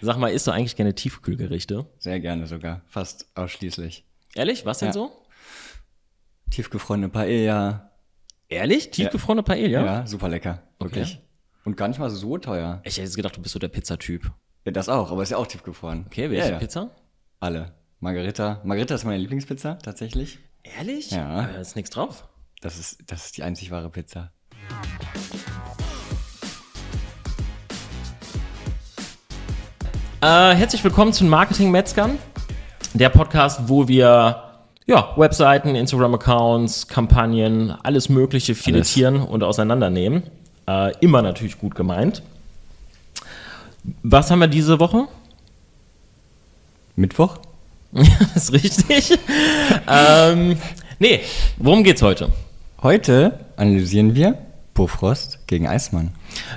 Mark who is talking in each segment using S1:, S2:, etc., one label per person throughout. S1: Sag mal, isst du eigentlich gerne Tiefkühlgerichte?
S2: Sehr gerne sogar. Fast ausschließlich.
S1: Ehrlich? Was denn
S2: Ja.
S1: so?
S2: Tiefgefrorene Paella.
S1: Ehrlich? Tiefgefrorene Paella?
S2: Ja, super lecker. Wirklich. Und gar nicht mal so teuer.
S1: Ich hätte jetzt gedacht, du bist so der Pizzatyp.
S2: Ja, das auch, aber ist ja auch tiefgefroren.
S1: Okay,
S2: ja,
S1: welche
S2: ja.
S1: Pizza?
S2: Alle. Margarita. Margarita ist meine Lieblingspizza, tatsächlich.
S1: Ehrlich? Äh,
S2: Ja.
S1: Da ist nichts drauf.
S2: Das ist, das ist die einzig wahre Pizza.
S1: Äh, herzlich willkommen zu den Marketing-Metzgern. Der Podcast, wo wir ja, Webseiten, Instagram-Accounts, Kampagnen, alles Mögliche filetieren und auseinandernehmen. Äh, immer natürlich gut gemeint. Was haben wir diese Woche?
S2: Mittwoch?
S1: Das ist richtig. ähm, nee, worum geht's heute?
S2: Heute analysieren wir Bofrost gegen Eismann.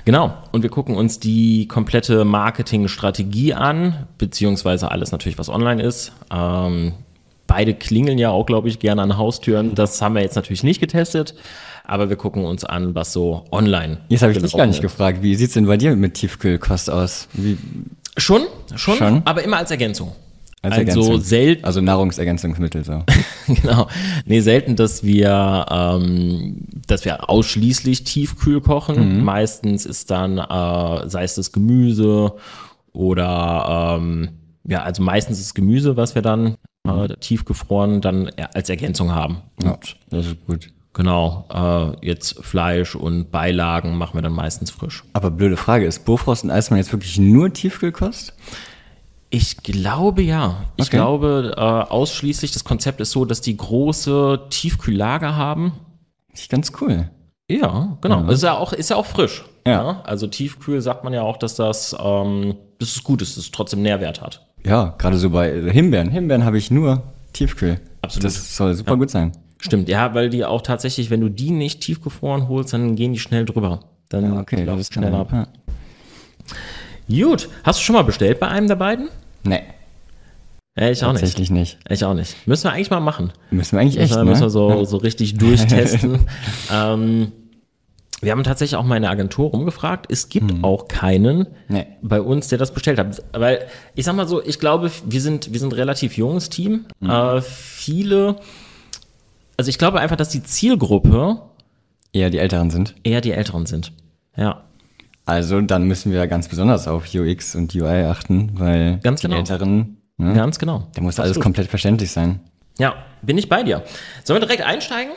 S1: Genau. Und wir gucken uns die komplette Marketingstrategie an, beziehungsweise alles natürlich, was online ist. Ähm, beide klingeln ja auch, glaube ich, gerne an Haustüren. Das haben wir jetzt natürlich nicht getestet, aber wir gucken uns an, was so online.
S2: Jetzt habe ich dich gar nicht
S1: gelaufen
S2: gefragt. Wie sieht's denn bei dir mit Tiefkühlkost aus? Wie,
S1: ist. Schon, schon,
S2: Schon?
S1: aber immer als Ergänzung.
S2: als
S1: also
S2: Ergänzung.
S1: selten.
S2: Also Nahrungsergänzungsmittel so.
S1: genau. Nee, selten, dass wir, ähm, dass wir ausschließlich tiefkühl kochen. Meistens ist dann, äh, sei es das Gemüse oder, ähm, ja, also meistens ist Gemüse, was wir dann äh, tiefgefroren dann e- als Ergänzung haben.
S2: ja, das ist gut.
S1: Genau, äh, jetzt Fleisch und Beilagen machen wir dann meistens frisch.
S2: Aber blöde Frage, ist Bofrost und Eismann jetzt wirklich nur Tiefkühlkost?
S1: Ich glaube ja. Ich
S2: Okay.
S1: glaube äh, ausschließlich, das Konzept ist so, dass die große Tiefkühllager haben
S2: Ist ganz cool.
S1: Ja, genau. Ist ja auch, ist ja auch frisch.
S2: Ja.
S1: Also tiefkühl sagt man ja auch, dass das, ähm, das ist gut ist, dass es trotzdem Nährwert hat.
S2: Ja, gerade so bei äh, Himbeeren. Himbeeren habe ich nur Tiefkühl.
S1: Absolut.
S2: Das soll super gut sein.
S1: Stimmt, ja, weil die auch tatsächlich, wenn du die nicht tiefgefroren holst, dann gehen die schnell drüber. Dann laufen sie
S2: kann
S1: schnell
S2: man-
S1: ab.
S2: ja.
S1: Gut, hast du schon mal bestellt bei einem der beiden?
S2: Nee,
S1: Ja, ich auch nicht.
S2: tatsächlich nicht.
S1: Ich auch nicht. Müssen wir eigentlich mal machen.
S2: Müssen wir eigentlich echt,
S1: müssen wir,
S2: ne?
S1: müssen wir so, so richtig durchtesten. ähm, wir haben tatsächlich auch mal in der Agentur rumgefragt. Es gibt auch keinen
S2: Hm. Nee.
S1: bei uns, der das bestellt hat. Weil ich sag mal so, ich glaube, wir sind, wir sind ein relativ junges Team.
S2: Hm.
S1: Äh, viele, also ich glaube einfach, dass die Zielgruppe
S2: Eher die Älteren sind.
S1: eher die Älteren sind. Ja.
S2: Also dann müssen wir ganz besonders auf UX und UI achten, weil
S1: Ganz
S2: die
S1: genau.
S2: Älteren, ne?
S1: Ganz genau.
S2: da muss alles komplett verständlich sein.
S1: Ja, bin ich bei dir. Sollen wir direkt einsteigen?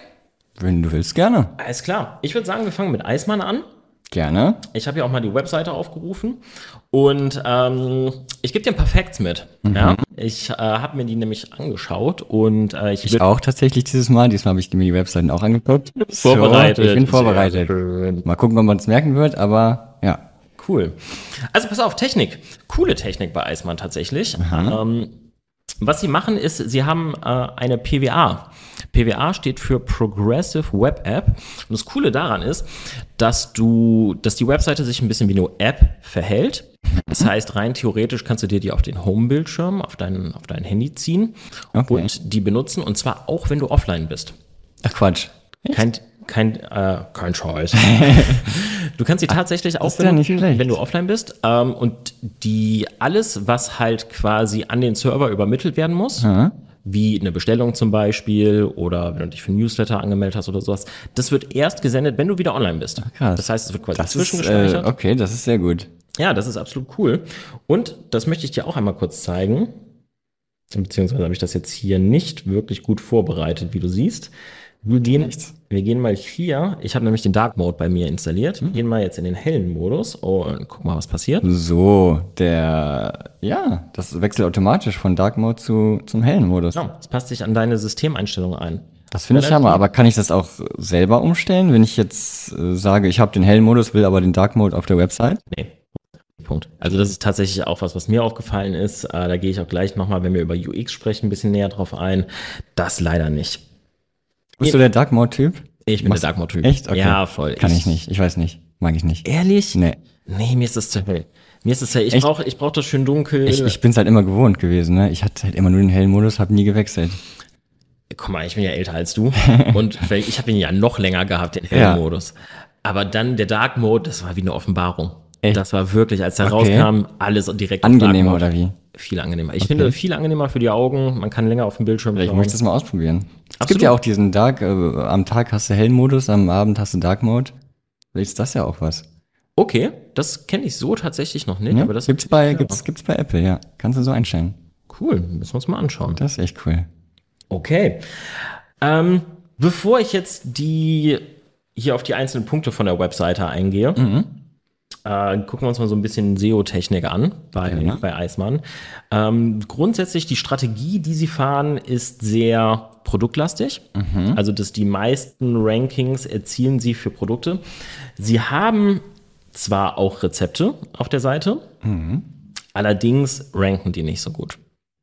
S2: Wenn du willst, gerne.
S1: Alles klar. Ich würde sagen, wir fangen mit Eismann an.
S2: Gerne.
S1: Ich habe ja auch mal die Webseite aufgerufen und ähm, ich gebe dir ein paar Facts mit.
S2: Mhm.
S1: Ja? Ich äh, habe mir die nämlich angeschaut und äh, ich,
S2: Ich
S1: bin
S2: auch tatsächlich dieses Mal. Diesmal habe ich mir die Webseiten auch angeguckt. So,
S1: vorbereitet.
S2: ich bin
S1: Sehr
S2: vorbereitet.
S1: schön.
S2: Mal gucken, ob man es merken wird, aber ja.
S1: Cool. Also pass auf, Technik. Coole Technik bei Eismann tatsächlich. Ähm, was sie machen ist, sie haben äh, eine PWA. PWA steht für Progressive Web App. Und das Coole daran ist, dass du, dass die Webseite sich ein bisschen wie eine App verhält. Das heißt, rein theoretisch kannst du dir die auf den Home-Bildschirm, auf dein, auf dein Handy ziehen
S2: Okay.
S1: und die benutzen. Und zwar auch, wenn du offline bist.
S2: Ach Quatsch.
S1: Kein, kein, äh, kein Scheiß. du kannst sie tatsächlich auch,
S2: ist ja
S1: wenn,
S2: nicht schlecht.
S1: wenn du offline bist. Ähm, und die alles, was halt quasi an den Server übermittelt werden muss, wie eine Bestellung zum Beispiel oder wenn du dich für ein Newsletter angemeldet hast oder sowas, das wird erst gesendet, wenn du wieder online bist.
S2: krass.
S1: Das heißt, es wird quasi
S2: Das ist, äh,
S1: zwischengespeichert.
S2: okay, das ist sehr gut.
S1: Ja, das ist absolut cool. Und das möchte ich dir auch einmal kurz zeigen. Beziehungsweise habe ich das jetzt hier nicht wirklich gut vorbereitet, wie du siehst. Wir gehen, wir gehen mal hier. Ich habe nämlich den Dark Mode bei mir installiert.
S2: Mhm.
S1: Wir gehen mal jetzt in den hellen Modus und guck mal, was passiert.
S2: So, der, ja, das wechselt automatisch von Dark Mode zu, zum hellen Modus.
S1: Genau, das passt sich an deine Systemeinstellungen ein.
S2: Das finde ich hammer, aber kann ich das auch selber umstellen, wenn ich jetzt äh, sage, ich habe den hellen Modus, will aber den Dark Mode auf der Website?
S1: Nee. Punkt. Also das ist tatsächlich auch was, was mir aufgefallen ist. Äh, da gehe ich auch gleich nochmal, wenn wir über UX sprechen, ein bisschen näher drauf ein. Das leider nicht.
S2: Bist du der Dark Mode-Typ?
S1: Ich bin
S2: Machst-
S1: der Dark Mode-Typ.
S2: Echt? Okay.
S1: Ja, voll.
S2: Kann ich nicht, ich weiß nicht, mag ich nicht.
S1: Ehrlich?
S2: Nee.
S1: Nee, mir ist das zu hell. Mir ist das zu hell. Ich
S2: Echt?
S1: brauche ich brauch das schön dunkel.
S2: Ich, ich bin es halt immer gewohnt gewesen, ne? Ich hatte halt immer nur den hellen Modus, habe nie gewechselt.
S1: Guck mal, ich bin ja älter als du. Und weil ich habe ihn ja noch länger gehabt, den hellen
S2: Ja.
S1: Modus. Aber dann der Dark Mode, das war wie eine Offenbarung.
S2: Echt?
S1: Das war wirklich, als der
S2: Okay.
S1: rauskam, alles direkt auf
S2: Angenehmer
S1: Dark Mode.
S2: oder wie?
S1: Viel angenehmer. Ich finde viel angenehmer für die Augen. Man kann länger auf dem Bildschirm
S2: Ich möchte das mal ausprobieren. Es
S1: Absolut.
S2: gibt ja auch diesen Dark, äh, am Tag hast du hellen Modus, am Abend hast du Dark Mode. Vielleicht ist das ja auch was.
S1: Okay, das kenne ich so tatsächlich noch nicht,
S2: Ja?
S1: aber das
S2: gibt's bei, gibt's, gibt's bei Apple, ja. Kannst du so einstellen.
S1: cool. Müssen wir uns mal anschauen.
S2: Das ist echt cool.
S1: Okay. Ähm, bevor ich jetzt die hier auf die einzelnen Punkte von der Webseite eingehe, äh, gucken wir uns mal so ein bisschen SEO-Technik an bei,
S2: Gerne.
S1: bei Eismann. Ähm, grundsätzlich die Strategie, die sie fahren, ist sehr produktlastig. Also dass die meisten Rankings erzielen sie für Produkte. Sie haben zwar auch Rezepte auf der Seite, allerdings ranken die nicht so gut.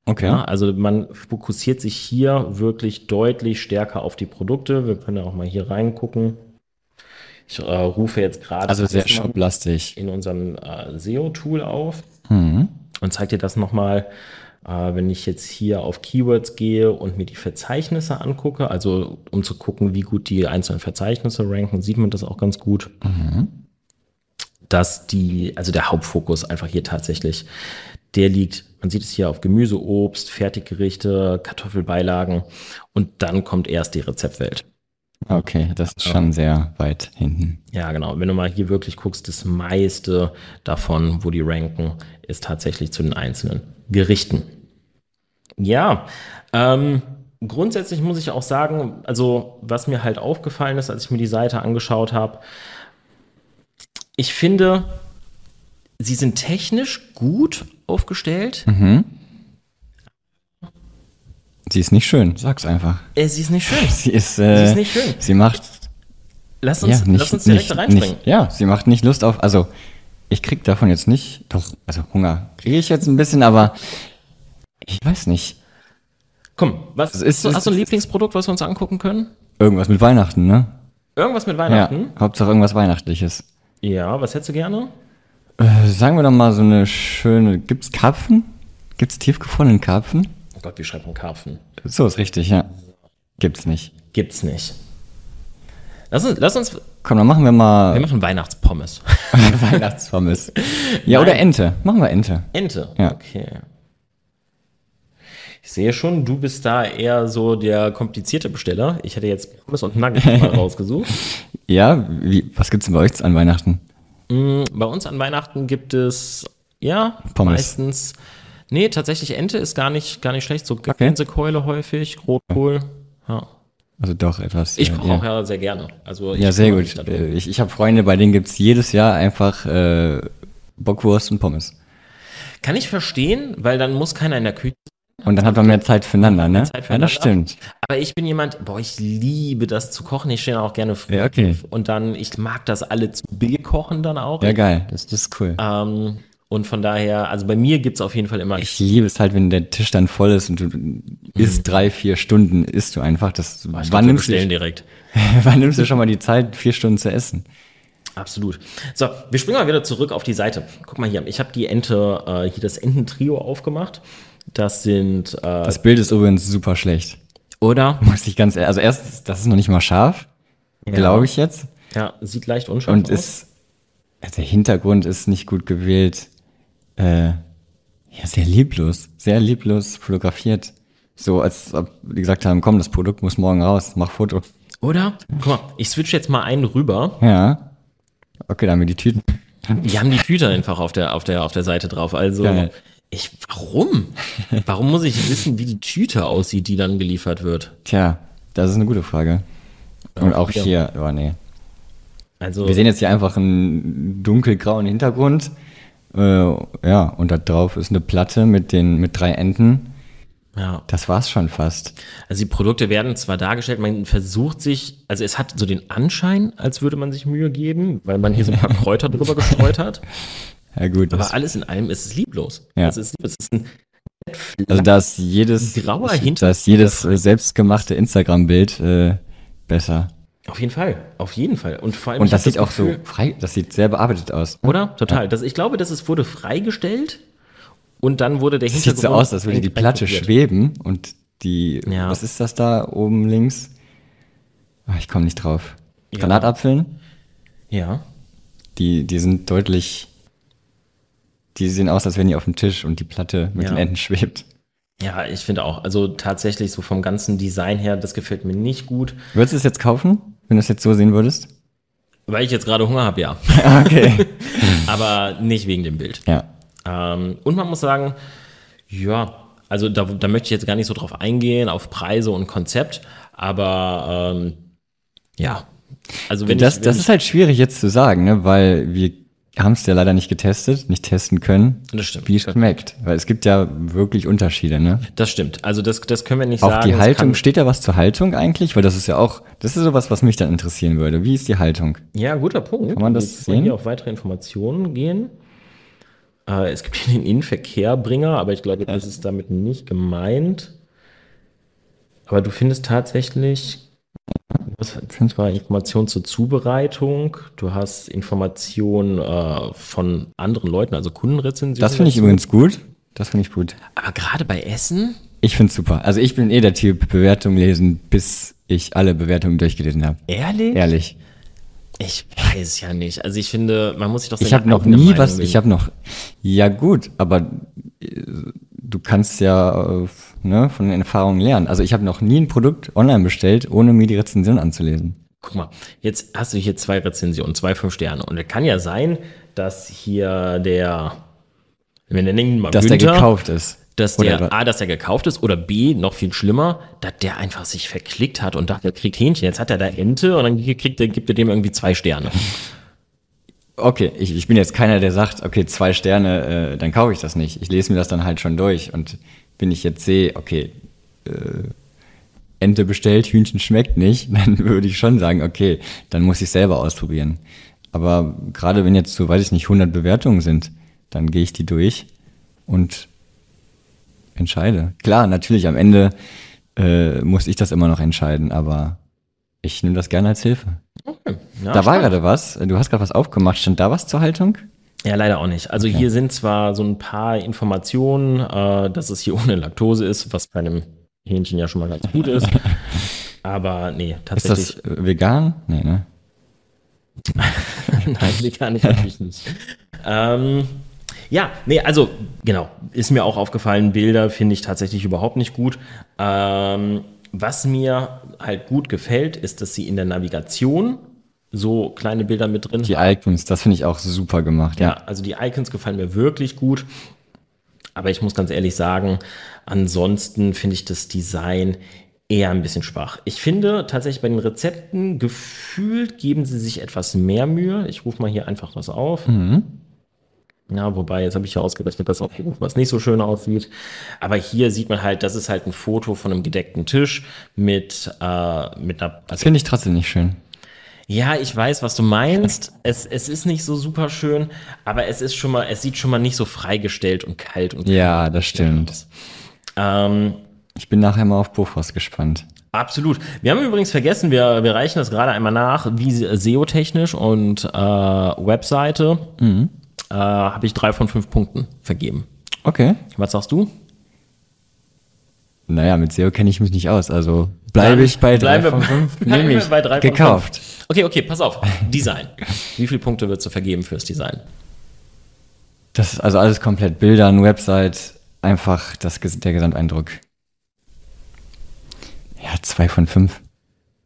S2: Okay.
S1: Ja, also man fokussiert sich hier wirklich deutlich stärker auf die Produkte. Wir können ja auch mal hier reingucken. Ich äh, rufe jetzt gerade
S2: also sehr
S1: Eismann
S2: shoplastig. Hm.
S1: in unserem äh, SEO-Tool auf und zeige dir das nochmal, äh, wenn ich jetzt hier auf Keywords gehe und mir die Verzeichnisse angucke, also um zu gucken, wie gut die einzelnen Verzeichnisse ranken, sieht man das auch ganz gut. Dass die, also der Hauptfokus einfach hier tatsächlich, der liegt, man sieht es hier auf Gemüse, Obst, Fertiggerichte, Kartoffelbeilagen und dann kommt erst die Rezeptwelt.
S2: Okay, das ist schon sehr weit hinten.
S1: Ja, genau. Wenn du mal hier wirklich guckst, das meiste davon, wo die ranken, ist tatsächlich zu den einzelnen Gerichten. Ja, ähm, grundsätzlich muss ich auch sagen, also was mir halt aufgefallen ist, als ich mir die Seite angeschaut habe, ich finde, sie sind technisch gut aufgestellt.
S2: Mhm. Sie ist nicht schön, sag's einfach.
S1: Äh, sie ist nicht schön.
S2: Sie ist, äh,
S1: ist nicht schön.
S2: Sie macht
S1: Lass uns,
S2: ja, nicht,
S1: lass uns direkt
S2: nicht,
S1: da reinspringen.
S2: Nicht, ja, sie macht nicht Lust auf. Also, ich krieg davon jetzt nicht. Doch, also Hunger kriege ich jetzt ein bisschen, aber ich weiß nicht.
S1: Komm, was,
S2: Es ist-
S1: hast, du,
S2: es
S1: hast du ein
S2: ist-
S1: Lieblingsprodukt, was wir uns angucken können?
S2: Irgendwas mit Weihnachten, ne?
S1: Irgendwas mit
S2: Ja,
S1: Weihnachten?
S2: Hauptsache irgendwas Weihnachtliches.
S1: Ja, was hättest du gerne?
S2: Äh, sagen wir doch mal so eine schöne. Gibt's Karpfen? Gibt's tiefgefrorenen Karpfen?
S1: Oh Gott, wie schreibt man Karpfen?
S2: So ist richtig, ja. Gibt's nicht.
S1: Gibt's nicht. Lass uns, lass uns
S2: Komm, dann machen wir
S1: wir
S2: mal
S1: machen Weihnachtspommes.
S2: Weihnachtspommes. Ja, oder Ente. Machen wir Ente.
S1: Ente.
S2: Ja.
S1: Okay. Ich sehe schon, du bist da eher so der komplizierte Besteller. Ich hätte jetzt Pommes und Nuggets mal rausgesucht.
S2: Ja, wie, was gibt's denn bei euch an Weihnachten?
S1: Bei uns an Weihnachten gibt es, ja,
S2: Pommes.
S1: meistens. Nee, tatsächlich Ente ist gar nicht, gar nicht schlecht. So Gänsekeule häufig, Rotkohl. Ja.
S2: Also doch etwas.
S1: Ich
S2: äh,
S1: koche
S2: ja.
S1: auch ja sehr gerne. Also ich
S2: Ja, sehr
S1: kümmere mich
S2: gut.
S1: darum.
S2: Äh, Ich, ich habe Freunde, bei denen gibt's jedes Jahr einfach äh, Bockwurst und Pommes.
S1: Kann ich verstehen, weil dann muss keiner in der Küche
S2: Und dann hat man mehr Zeit füreinander, ne?
S1: Zeit
S2: Ja, das
S1: füreinander.
S2: stimmt.
S1: Aber ich bin jemand, boah, ich liebe das zu kochen. Ich stehe auch gerne früh.
S2: Ja, okay.
S1: Und dann, ich mag das alle zu Bier kochen dann auch.
S2: Ja, geil. Das, das ist cool.
S1: Ähm, und von daher, also bei mir gibt es auf jeden Fall immer.
S2: Ich liebe es halt, wenn der Tisch dann voll ist und du isst drei, vier Stunden, isst du einfach. Das,
S1: Mhm. Ich glaub,
S2: wann,
S1: wir
S2: nimmst
S1: bestellen
S2: du,
S1: direkt.
S2: wann nimmst du schon mal die Zeit, vier Stunden zu essen?
S1: Absolut. So, wir springen mal wieder zurück auf die Seite. Guck mal hier, ich habe die Ente, äh, hier das Ententrio aufgemacht. Das sind, äh,
S2: Das Bild ist übrigens super schlecht.
S1: oder?
S2: Muss ich ganz ehrlich, also erstens, das ist noch nicht mal scharf, glaube ich jetzt.
S1: Ja, sieht leicht unscharf
S2: Und
S1: aus.
S2: ist, also der Hintergrund ist nicht gut gewählt. Äh, ja, sehr lieblos, sehr lieblos fotografiert. So, als ob die gesagt haben, komm, das Produkt muss morgen raus, mach Foto.
S1: Oder? Guck mal, ich switch jetzt mal einen rüber.
S2: Ja. Okay, dann haben wir die Tüten.
S1: Die haben die Tüte einfach auf der, auf der, auf der Seite drauf. Also,
S2: Geil.
S1: ich, warum? Warum muss ich wissen, wie die Tüte aussieht, die dann geliefert wird?
S2: Tja, das ist eine gute Frage. Und auch
S1: ja.
S2: hier, oh nee.
S1: Also,
S2: Wir sehen jetzt hier einfach einen dunkelgrauen Hintergrund. Äh, ja, und da drauf ist eine Platte mit den, mit drei Enden.
S1: ja.
S2: Das war's schon fast.
S1: also die Produkte werden zwar dargestellt, man versucht sich, also es hat so den Anschein, als würde man sich Mühe geben, weil man hier so ein paar Kräuter drüber gestreut hat.
S2: Ja, gut. das-
S1: Aber alles in allem ist es lieblos.
S2: Ja.
S1: Also es ist, lieblos. es ist ein
S2: Also da ist jedes,
S1: Grauer
S2: da ist jedes äh, selbstgemachte Instagram-Bild äh, besser.
S1: auf jeden Fall, auf jeden Fall. Und vor allem ich
S2: Und das
S1: hab
S2: sieht auch so
S1: Gefühl-
S2: frei, das sieht sehr bearbeitet aus.
S1: Oder? Total. Das, ich glaube, das ist, wurde freigestellt und dann wurde der
S2: Das sieht
S1: Hintergrund.
S2: so aus, als würde die Platte
S1: reinkopiert.
S2: schweben und die,
S1: Ja.
S2: was ist das da oben links? Ah, ich komme nicht drauf. Granatapfeln,
S1: Ja.
S2: die, die sind deutlich die sehen aus, als wären die auf dem Tisch und die Platte mit
S1: Ja.
S2: den Enden schwebt.
S1: Ja, ich finde auch. Also tatsächlich so vom ganzen Design her, das gefällt mir nicht gut.
S2: Würdest du es jetzt kaufen, wenn du es jetzt so sehen würdest?
S1: Weil ich jetzt gerade Hunger habe, ja.
S2: Ah, Okay.
S1: Aber nicht wegen dem Bild.
S2: ja.
S1: Ähm, und man muss sagen, ja, also da, da möchte ich jetzt gar nicht so drauf eingehen, auf Preise und Konzept, aber ähm, ja. Also wenn
S2: Das,
S1: ich, wenn
S2: das
S1: ich,
S2: ist halt schwierig jetzt zu sagen, ne? weil wir haben es ja leider nicht getestet, nicht testen können,
S1: Das stimmt.
S2: wie es schmeckt. Weil es gibt ja wirklich Unterschiede. Ne?
S1: das stimmt. Also das, das können wir nicht
S2: Auch
S1: sagen.
S2: die
S1: Es
S2: Haltung,
S1: Kann,
S2: steht da was zur Haltung eigentlich? Weil das ist ja auch, das ist sowas, was mich dann interessieren würde. Wie ist die Haltung?
S1: ja, guter Punkt. Kann
S2: man das sehen?
S1: hier auf weitere Informationen gehen. Äh, es gibt hier den Innenverkehrbringer, aber ich glaube, das ist damit nicht gemeint. Aber du findest tatsächlich was sind zwar Informationen zur Zubereitung, du hast Informationen äh, von anderen Leuten, also Kundenrezensionen.
S2: Das finde ich
S1: dazu.
S2: übrigens gut. Das finde ich gut.
S1: Aber gerade bei Essen?
S2: Ich finde super. Also ich bin eh der Typ, Bewertungen lesen, bis ich alle Bewertungen durchgelesen habe.
S1: Ehrlich?
S2: Ehrlich.
S1: Ich weiß ja nicht. Also ich finde, man muss sich doch
S2: Ich
S1: seine
S2: habe noch
S1: eigene
S2: nie
S1: Meinung
S2: was,
S1: bilden.
S2: ich habe noch, ja gut, aber äh, du kannst ja äh, ne, von den Erfahrungen lernen. Also ich habe noch nie ein Produkt online bestellt, ohne mir die Rezension anzulesen.
S1: Guck mal, jetzt hast du hier zwei Rezensionen, zwei fünf Sterne. Und es kann ja sein, dass hier der, wenn der nennen wir mal
S2: Dass der
S1: Günther,
S2: gekauft ist.
S1: dass
S2: Oder
S1: der
S2: was?
S1: A, dass der gekauft ist oder B, noch viel schlimmer, dass der einfach sich verklickt hat und dachte, er kriegt Hähnchen. Jetzt hat er da Ente und dann kriegt er, gibt er dem irgendwie zwei Sterne.
S2: Okay, ich, ich bin jetzt keiner, der sagt, okay, zwei Sterne, äh, dann kaufe ich das nicht. Ich lese mir das dann halt schon durch. Und wenn ich jetzt sehe, okay, äh, Ente bestellt, Hühnchen schmeckt nicht, dann würde ich schon sagen, okay, dann muss ich selber ausprobieren. Aber gerade wenn jetzt so, weiß ich nicht, 100 Bewertungen sind, dann gehe ich die durch und entscheide. Klar, natürlich, am Ende äh, muss ich das immer noch entscheiden, aber ich nehme das gerne als Hilfe.
S1: Ja,
S2: Da war gerade was. Du hast gerade was aufgemacht. Stand da was zur Haltung?
S1: Ja, leider auch nicht. Also hier sind zwar so ein paar Informationen, äh, dass es hier ohne Laktose ist, was bei einem Hähnchen ja schon mal ganz gut ist. Aber nee,
S2: Ist
S1: tatsächlich.
S2: das äh, vegan? Nee, ne?
S1: Nein, die kann ich natürlich nicht. Ähm, ja, nee, also genau, ist mir auch aufgefallen, Bilder finde ich tatsächlich überhaupt nicht gut. Ähm, was mir halt gut gefällt, ist, dass sie in der Navigation so kleine Bilder mit drin
S2: Die Icons, das finde ich auch super gemacht. Ja.
S1: ja, also die Icons gefallen mir wirklich gut. Aber ich muss ganz ehrlich sagen, ansonsten finde ich das Design eher ein bisschen schwach. Ich finde tatsächlich bei den Rezepten gefühlt geben sie sich etwas mehr Mühe. Ich rufe mal hier einfach was auf. Ja, wobei, jetzt habe ich ja ausgerechnet, dass auch hier was nicht so schön aussieht. Aber hier sieht man halt, das ist halt ein Foto von einem gedeckten Tisch mit, äh, mit einer,
S2: Das finde ich trotzdem nicht schön.
S1: ja, ich weiß, was du meinst. Es, es ist nicht so super schön, aber es ist schon mal, es sieht schon mal nicht so freigestellt und kalt und
S2: Ja, das stimmt.
S1: ähm,
S2: Ich bin nachher mal auf Bofors gespannt.
S1: absolut. Wir haben übrigens vergessen, wir, wir reichen das gerade einmal nach, wie se- SEO-technisch und äh, Webseite
S2: Mhm.
S1: äh, habe ich drei von fünf Punkten vergeben.
S2: Okay.
S1: Was sagst du?
S2: Naja, mit SEO kenne ich mich nicht aus. Also bleibe ich bei drei
S1: Bleiben
S2: von
S1: wir-
S2: fünf.
S1: bleiben
S2: Nehme
S1: wir
S2: ich.
S1: bei drei von
S2: Gekauft.
S1: Okay, okay, pass auf. Design. Wie viele Punkte würdest du vergeben fürs Design?
S2: Das ist also alles komplett Bildern, Website, einfach das, ges- der Gesamteindruck. Ja, zwei von fünf.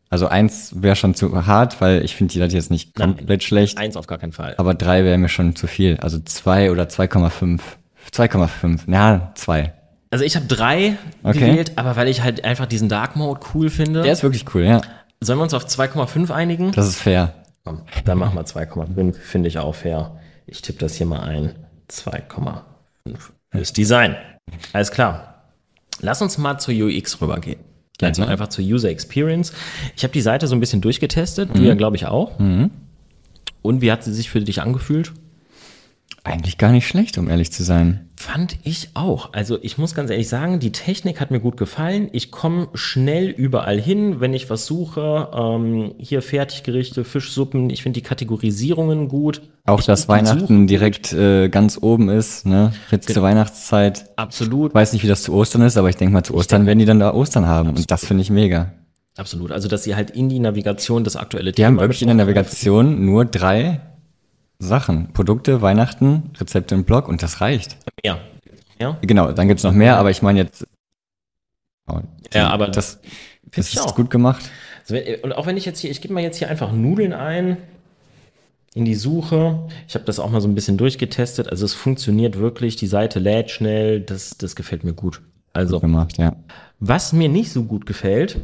S2: Also eins wäre schon zu hart, weil ich finde die Leute jetzt nicht
S1: Nein.
S2: komplett schlecht.
S1: Eins auf gar keinen Fall.
S2: Aber drei wäre mir schon zu viel. Also zwei oder 2,5. 2,5. Na, zwei.
S1: Also ich habe drei
S2: Okay.
S1: gewählt, aber weil ich halt einfach diesen Dark Mode cool finde.
S2: Der ist wirklich cool, ja.
S1: Sollen wir uns auf 2,5 einigen?
S2: Das ist fair.
S1: Komm, dann machen wir 2,5, finde ich auch fair. Ich tippe das hier mal ein. 2,5 fürs Design. Alles klar. Lass uns mal zur UX rübergehen. Also einfach zur User Experience. Ich habe die Seite so ein bisschen durchgetestet, du ja, glaube ich, auch. Und wie hat sie sich für dich angefühlt?
S2: Eigentlich gar nicht schlecht, um ehrlich zu sein.
S1: Fand ich auch. Also ich muss ganz ehrlich sagen, die Technik hat mir gut gefallen. Ich komme schnell überall hin, wenn ich was suche. Ähm, hier Fertiggerichte, Fischsuppen. Ich finde die Kategorisierungen gut.
S2: Auch,
S1: ich
S2: dass
S1: find die Suche-
S2: Weihnachten direkt äh, ganz oben ist, ne? Jetzt zur Weihnachtszeit.
S1: Absolut,
S2: Weiß nicht, wie das zu Ostern ist, aber ich denke mal, zu Ostern werden die dann da Ostern haben. Und das finde ich mega.
S1: absolut. Also dass sie halt in die Navigation das aktuelle
S2: Die haben
S1: mit
S2: wirklich in der Navigation nur drei Sachen. Produkte, Weihnachten, Rezepte im Blog und das reicht.
S1: Ja. Ja,
S2: Genau, dann gibt's noch mehr, aber ich meine jetzt. Oh, die-
S1: Ja, aber-
S2: das, das
S1: ich
S2: ist
S1: auch.
S2: gut gemacht.
S1: Also wenn- Und auch wenn ich jetzt hier, ich gebe mal jetzt hier einfach Nudeln ein in die Suche. Ich habe das auch mal so ein bisschen durchgetestet. Also es funktioniert wirklich, die Seite lädt schnell, das, das gefällt mir gut. Also,
S2: Gut gemacht, ja.
S1: was mir nicht so gut gefällt,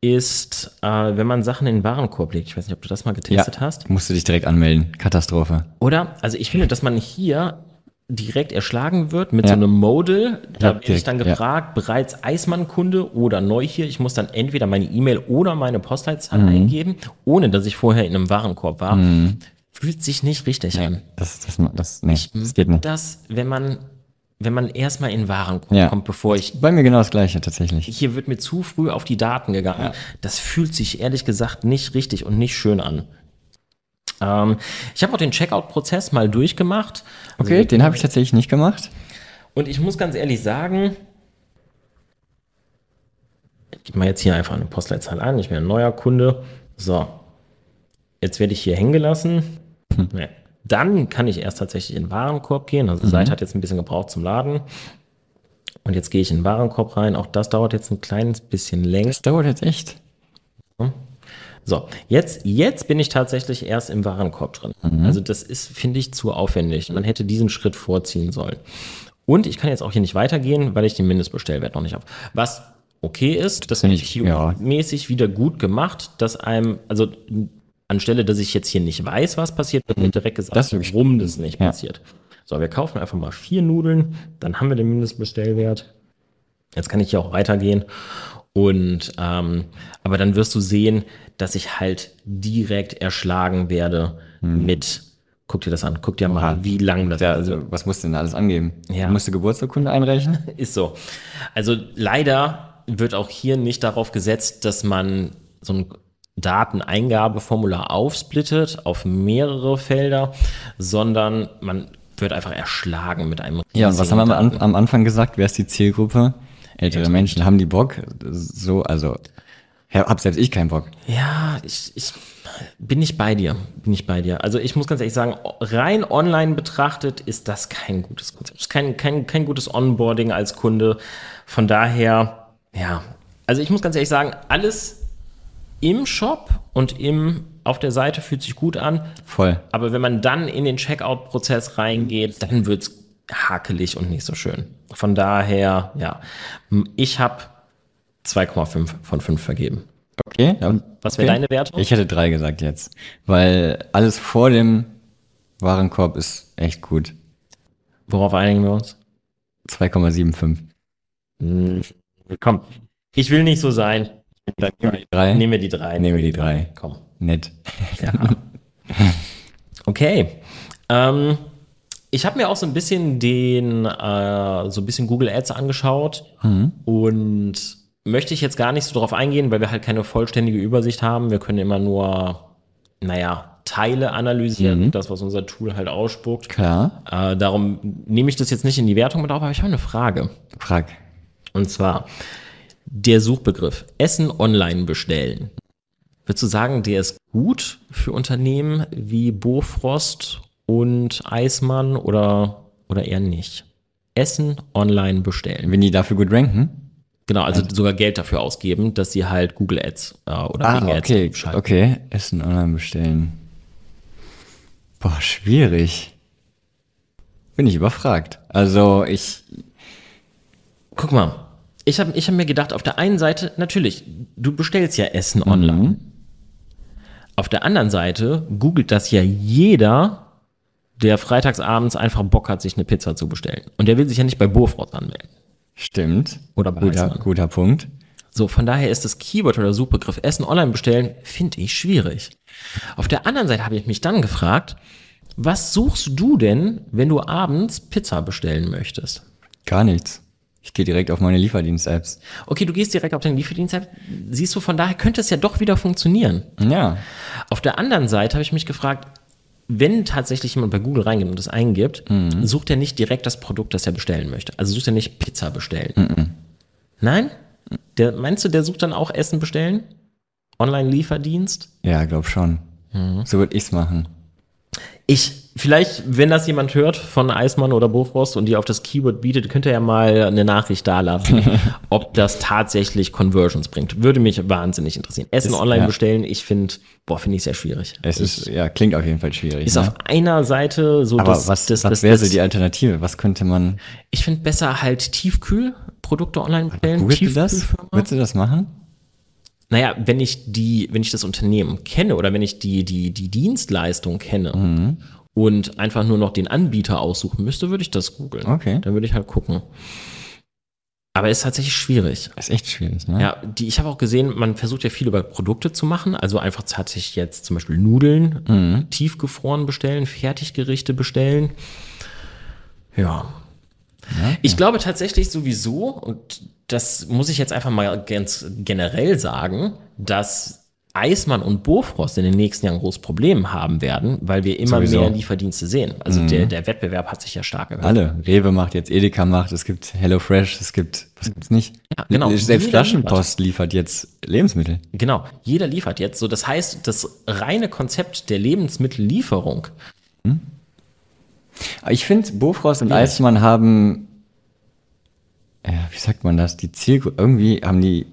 S1: ist, äh, wenn man Sachen in den Warenkorb legt. Ich weiß nicht, ob du das mal getestet hast.
S2: Musst du dich direkt anmelden. Katastrophe.
S1: Oder? Also ich finde, dass man hier direkt erschlagen wird mit
S2: Ja.
S1: so einem Modal. Da
S2: Ja,
S1: werde ich
S2: direkt,
S1: dann
S2: ja.
S1: gefragt, bereits Eismann-Kunde oder neu hier. Ich muss dann entweder meine E-Mail oder meine Postleitzahl
S2: Mhm.
S1: eingeben, ohne dass ich vorher in einem Warenkorb war. Fühlt sich nicht richtig an.
S2: Das, das, das, nee, das geht nicht.
S1: Das, wenn man, wenn man erstmal in den Warenkorb
S2: Ja.
S1: kommt, bevor ich.
S2: Bei mir genau das gleiche tatsächlich.
S1: Hier wird mir zu früh auf die Daten gegangen. Das fühlt sich ehrlich gesagt nicht richtig und nicht schön an. Ähm, ich habe auch den Checkout-Prozess mal durchgemacht.
S2: Okay, den habe ich tatsächlich nicht gemacht.
S1: Und ich muss ganz ehrlich sagen, ich gebe mal jetzt hier einfach eine Postleitzahl an, ich bin ein neuer Kunde. So, jetzt werde ich hier hängen gelassen. Nee. Dann kann ich erst tatsächlich in den Warenkorb gehen. Also die Seite hat jetzt ein bisschen gebraucht zum Laden. Und jetzt gehe ich in den Warenkorb rein. Auch das dauert jetzt ein kleines bisschen länger.
S2: Das dauert jetzt echt.
S1: So, jetzt, jetzt bin ich tatsächlich erst im Warenkorb drin.
S2: Mhm.
S1: Also das ist, finde ich, zu aufwendig. Man hätte diesen Schritt vorziehen sollen. Und ich kann jetzt auch hier nicht weitergehen, weil ich den Mindestbestellwert noch nicht habe. Was okay ist, das finde
S2: Finde
S1: ich
S2: ich, ja.
S1: mäßig wieder gut gemacht, dass einem, also n- anstelle, dass ich jetzt hier nicht weiß, was passiert, wird mir direkt gesagt,
S2: Mhm. Das ist wirklich-
S1: warum das nicht
S2: Ja.
S1: passiert. So, wir kaufen einfach mal vier Nudeln, dann haben wir den Mindestbestellwert. Jetzt kann ich hier auch weitergehen. Und ähm, aber dann wirst du sehen, dass ich halt direkt erschlagen werde mit. Guck dir das an, guck dir mal, wie lang das
S2: Mhm. Ja,
S1: ist.
S2: also, was musst du denn alles angeben?
S1: Ja.
S2: Musst du Geburtsurkunde einreichen?
S1: Ist so. Also leider wird auch hier nicht darauf gesetzt, dass man so ein Dateneingabeformular aufsplittet auf mehrere Felder, sondern man wird einfach erschlagen mit einem.
S2: Ja, und was
S1: riesigen
S2: haben wir am, am Anfang gesagt? Wer ist die Zielgruppe? Ältere Menschen haben die Bock. So, also, ja, hab selbst ich keinen Bock.
S1: Ja, ich, ich bin nicht bei dir. Bin nicht bei dir. Also ich muss ganz ehrlich sagen, rein online betrachtet ist das kein gutes Konzept. Ist kein, kein, kein gutes Onboarding als Kunde. Von daher, ja. Also ich muss ganz ehrlich sagen, alles im Shop und im auf der Seite fühlt sich gut an.
S2: Voll.
S1: Aber wenn man dann in den Checkout-Prozess reingeht, dann wird's hakelig und nicht so schön. Von daher, ja, ich habe 2,5 von 5 vergeben.
S2: Okay.
S1: Was wäre
S2: okay.
S1: deine Wertung?
S2: Ich hätte drei gesagt jetzt. Weil alles vor dem Warenkorb ist echt gut.
S1: Worauf einigen wir uns?
S2: 2,75.
S1: Komm. Ich will nicht so sein.
S2: Drei?
S1: Nehmen wir die drei.
S2: Nehmen wir die drei.
S1: Komm.
S2: Nett.
S1: Okay. Ähm, ich habe mir auch so ein bisschen den, äh, so ein bisschen Google Ads angeschaut und möchte ich jetzt gar nicht so drauf eingehen, weil wir halt keine vollständige Übersicht haben. Wir können immer nur, naja, Teile analysieren, das, was unser Tool halt ausspuckt.
S2: Klar.
S1: Äh, darum nehme ich das jetzt nicht in die Wertung mit auf, aber ich habe eine Frage.
S2: Frag.
S1: Und zwar der Suchbegriff Essen online bestellen. Würdest du sagen, der ist gut für Unternehmen wie Bofrost und Eismann oder, oder eher nicht? Essen online bestellen.
S2: Wenn die dafür gut ranken?
S1: Genau, also sogar Geld dafür ausgeben, dass sie halt Google Ads äh, oder
S2: Ah,
S1: Bing
S2: okay.
S1: Ads schalten.
S2: Okay. Essen online bestellen. Boah, schwierig. Bin ich überfragt. Also ich,
S1: Guck mal, ich habe ich hab mir gedacht, auf der einen Seite, natürlich, du bestellst ja Essen online. Auf der anderen Seite googelt das ja jeder, der freitagsabends einfach Bock hat, sich eine Pizza zu bestellen. Und der will sich ja nicht bei Bofrost anmelden.
S2: stimmt.
S1: Oder bei
S2: guter,
S1: Eismann.
S2: guter Punkt.
S1: So, von daher ist das Keyword oder Suchbegriff Essen online bestellen, finde ich schwierig. Auf der anderen Seite habe ich mich dann gefragt, was suchst du denn, wenn du abends Pizza bestellen möchtest?
S2: Gar nichts. Ich gehe direkt auf meine Lieferdienst-Apps.
S1: Okay, du gehst direkt auf den Lieferdienst, siehst du, von daher könnte es ja doch wieder funktionieren.
S2: Ja.
S1: Auf der anderen Seite habe ich mich gefragt, wenn tatsächlich jemand bei Google reingeht und das eingibt, sucht er nicht direkt das Produkt, das er bestellen möchte. Also sucht er nicht Pizza bestellen. Nein? Der, meinst du, der sucht dann auch Essen bestellen? Online-Lieferdienst? Mhm.
S2: Ja, glaub schon. So würde ich's machen.
S1: Ich vielleicht, wenn das jemand hört von Eismann oder Bofrost und die auf das Keyword bietet, könnt ihr ja mal eine Nachricht da lassen, ob das tatsächlich Conversions bringt. Würde mich wahnsinnig interessieren. Essen
S2: Ist-
S1: online
S2: ja.
S1: bestellen, ich finde, boah, finde ich sehr schwierig.
S2: Es ist, ja, klingt auf jeden Fall schwierig.
S1: Ist
S2: ne?
S1: auf einer Seite so
S2: Aber
S1: das,
S2: was,
S1: das,
S2: was
S1: das,
S2: wäre
S1: das,
S2: so die Alternative? Was könnte man.
S1: ich finde besser halt Tiefkühlprodukte online bestellen.
S2: Googelt du das?
S1: Tiefkühlfirma.
S2: Würdest du das machen?
S1: Naja, wenn ich die, wenn ich das Unternehmen kenne oder wenn ich die, die, die Dienstleistung kenne
S2: Mhm.
S1: und einfach nur noch den Anbieter aussuchen müsste, würde ich das googeln.
S2: Okay.
S1: Dann würde ich halt gucken. Aber ist tatsächlich schwierig.
S2: Ist echt schwierig, ne?
S1: Ja, die, ich habe auch gesehen, man versucht ja viel über Produkte zu machen. Also einfach tatsächlich jetzt zum Beispiel Nudeln tiefgefroren bestellen, Fertiggerichte bestellen. Ja. Ich glaube tatsächlich sowieso, und das muss ich jetzt einfach mal ganz generell sagen, dass Eismann und Bofrost in den nächsten Jahren groß Probleme haben werden, weil wir immer
S2: Sowieso.
S1: mehr Lieferdienste sehen. Also der, der Wettbewerb hat sich ja stark erhöht.
S2: Alle. Rewe macht jetzt, Edeka macht, es gibt HelloFresh, es gibt, was gibt's nicht?
S1: Ja, genau.
S2: Selbst
S1: Jeder
S2: Flaschenpost liefert jetzt Lebensmittel.
S1: Genau, jeder liefert jetzt. So, das heißt, das reine Konzept der Lebensmittellieferung,
S2: Aber Ich finde, Bofrost und
S1: Schwierig.
S2: Eismann haben, ja, wie sagt man das, die Zielgruppe, irgendwie haben die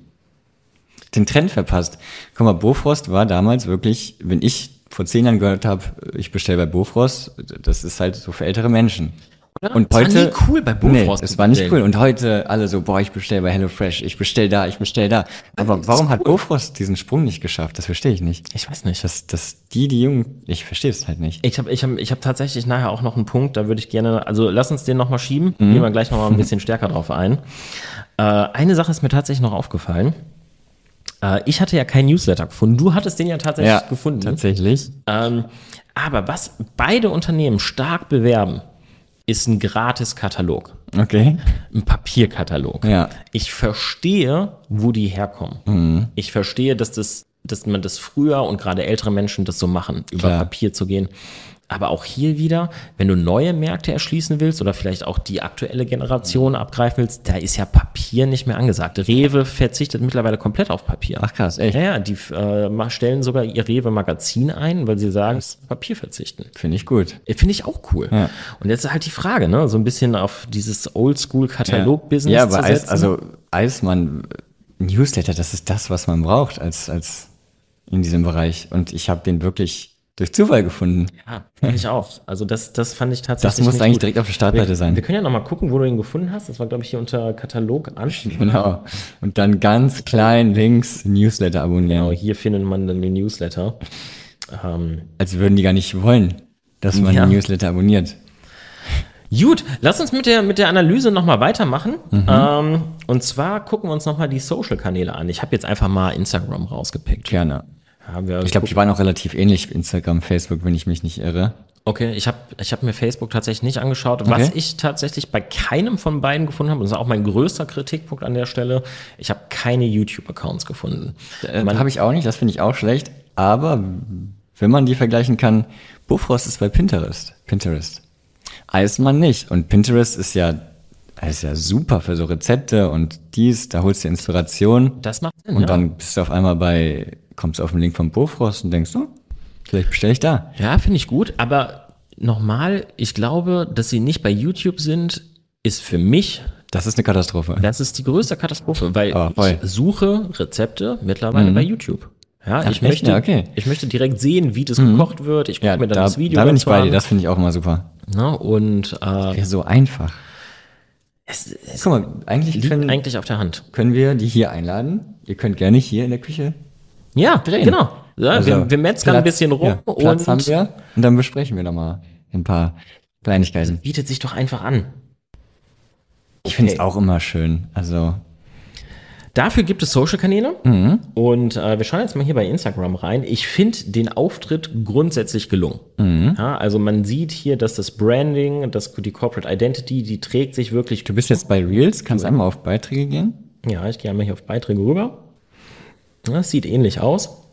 S2: den Trend verpasst. Guck mal, Bofrost war damals wirklich, wenn ich vor zehn Jahren gehört habe, ich bestelle bei Bofrost, das ist halt so für ältere Menschen.
S1: Oder?
S2: Und
S1: Es war
S2: heute,
S1: nie cool, bei Bofrost
S2: Nee, es
S1: zu
S2: war nicht
S1: bestellen.
S2: cool. Und heute alle so, boah, ich bestelle bei HelloFresh, ich bestelle da, ich bestelle da. Aber warum hat Bofrost diesen Sprung nicht geschafft? Das verstehe ich nicht.
S1: ich weiß nicht.
S2: Dass, dass die, die Jungen, ich verstehe es halt nicht.
S1: Ich habe ich hab, ich hab tatsächlich nachher auch noch einen Punkt, da würde ich gerne, also lass uns den nochmal schieben, gehen wir gleich nochmal ein bisschen stärker drauf ein. Äh, eine Sache ist mir tatsächlich noch aufgefallen. Äh, ich hatte ja keinen Newsletter gefunden, du hattest den ja tatsächlich gefunden.
S2: Tatsächlich.
S1: Ähm, aber was beide Unternehmen stark bewerben, ist ein Gratis-Katalog.
S2: Okay.
S1: ein Papierkatalog.
S2: Ja. Mhm.
S1: Ich verstehe, wo die herkommen. Ich verstehe, dass das, dass man das früher und gerade ältere Menschen das so machen, über
S2: Klar.
S1: Papier zu gehen. Aber auch hier wieder, wenn du neue Märkte erschließen willst oder vielleicht auch die aktuelle Generation abgreifen willst, da ist ja Papier nicht mehr angesagt. Rewe verzichtet mittlerweile komplett auf Papier.
S2: Ach krass, echt.
S1: Ja, ja, die äh, ma- stellen sogar ihr Rewe-Magazin ein, weil sie sagen, Papier verzichten.
S2: Finde ich gut.
S1: Äh, Finde ich auch cool.
S2: Ja.
S1: Und jetzt ist halt die Frage, ne? so ein bisschen auf dieses Oldschool-Katalog-Business
S2: Ja,
S1: zu
S2: aber Eis,
S1: setzen. ne?
S2: also Eismann äh, Newsletter, das ist das, was man braucht als, als in diesem Bereich. Und ich habe den wirklich durch Zufall gefunden.
S1: ja, finde ich auch. Also das, das fand ich tatsächlich
S2: Das muss
S1: nicht
S2: eigentlich
S1: gut.
S2: direkt auf der Startseite
S1: Wir
S2: sein.
S1: können ja nochmal gucken, wo du ihn gefunden hast. Das war, glaube ich, hier unter Katalog anschließend.
S2: Genau. Und dann ganz klein links Newsletter abonnieren.
S1: Genau, hier findet man dann den Newsletter. Ähm,
S2: Als würden die gar nicht wollen, dass man
S1: Ja.
S2: den Newsletter abonniert.
S1: gut, lass uns mit der, mit der Analyse nochmal weitermachen.
S2: Mhm.
S1: Ähm, und zwar gucken wir uns nochmal die Social-Kanäle an. Ich habe jetzt einfach mal Instagram rausgepickt.
S2: Gerne.
S1: Haben wir
S2: Ich glaube, die waren auch relativ ähnlich Instagram, Facebook, wenn ich mich nicht irre.
S1: Okay, ich habe ich hab mir Facebook tatsächlich nicht angeschaut. Was
S2: Okay.
S1: ich tatsächlich bei keinem von beiden gefunden habe, und das ist auch mein größter Kritikpunkt an der Stelle, ich habe keine YouTube-Accounts gefunden.
S2: Äh,
S1: Man-
S2: habe ich auch nicht, das finde ich auch schlecht. Aber wenn man die vergleichen kann, Bofrost ist bei Pinterest. Pinterest. Eismann nicht. Und Pinterest ist ja, ist ja super für so Rezepte und dies, da holst du Inspiration.
S1: das macht Sinn,
S2: Und
S1: ja.
S2: dann bist du auf einmal bei, kommst auf den Link von Bofrost und denkst, oh, vielleicht bestelle ich da.
S1: Ja, finde ich gut, aber nochmal, ich glaube, dass sie nicht bei YouTube sind, ist für mich,
S2: Das ist eine Katastrophe.
S1: das ist die größte Katastrophe, weil
S2: Ah, voll. Mhm.
S1: ich suche Rezepte mittlerweile bei YouTube. Ja, ich
S2: echt?
S1: möchte,
S2: Ja, okay. Mhm.
S1: ich möchte direkt sehen, wie das gekocht wird. Ich gucke
S2: Ja,
S1: mir dann
S2: da,
S1: das Video
S2: da bin ich
S1: dazu
S2: bei dir,
S1: an.
S2: das finde ich auch immer super.
S1: Ne? Und äh,
S2: Ja, so einfach.
S1: es, es
S2: Guck mal, eigentlich
S1: liegt
S2: können,
S1: eigentlich auf der Hand.
S2: können wir die hier einladen. Ihr könnt gerne hier in der Küche
S1: Ja,
S2: drehen.
S1: genau. Ja, wir, wir metzgern ein
S2: Also Platz-
S1: bisschen rum
S2: ja, Platz
S1: und
S2: haben wir und dann besprechen wir nochmal ein paar Kleinigkeiten.
S1: bietet sich doch einfach an.
S2: Ich finde es auch immer schön. Also,
S1: Dafür gibt es Social-Kanäle
S2: Mhm.
S1: und äh, wir schauen jetzt mal hier bei Instagram rein. Ich finde den Auftritt grundsätzlich gelungen.
S2: Mhm.
S1: Ja, also man sieht hier, dass das Branding, das, die Corporate Identity, die trägt sich wirklich.
S2: du bist jetzt bei Reels, kannst einmal auf Beiträge gehen.
S1: Ja, ich gehe einmal hier auf Beiträge rüber. Ja, Das sieht ähnlich aus.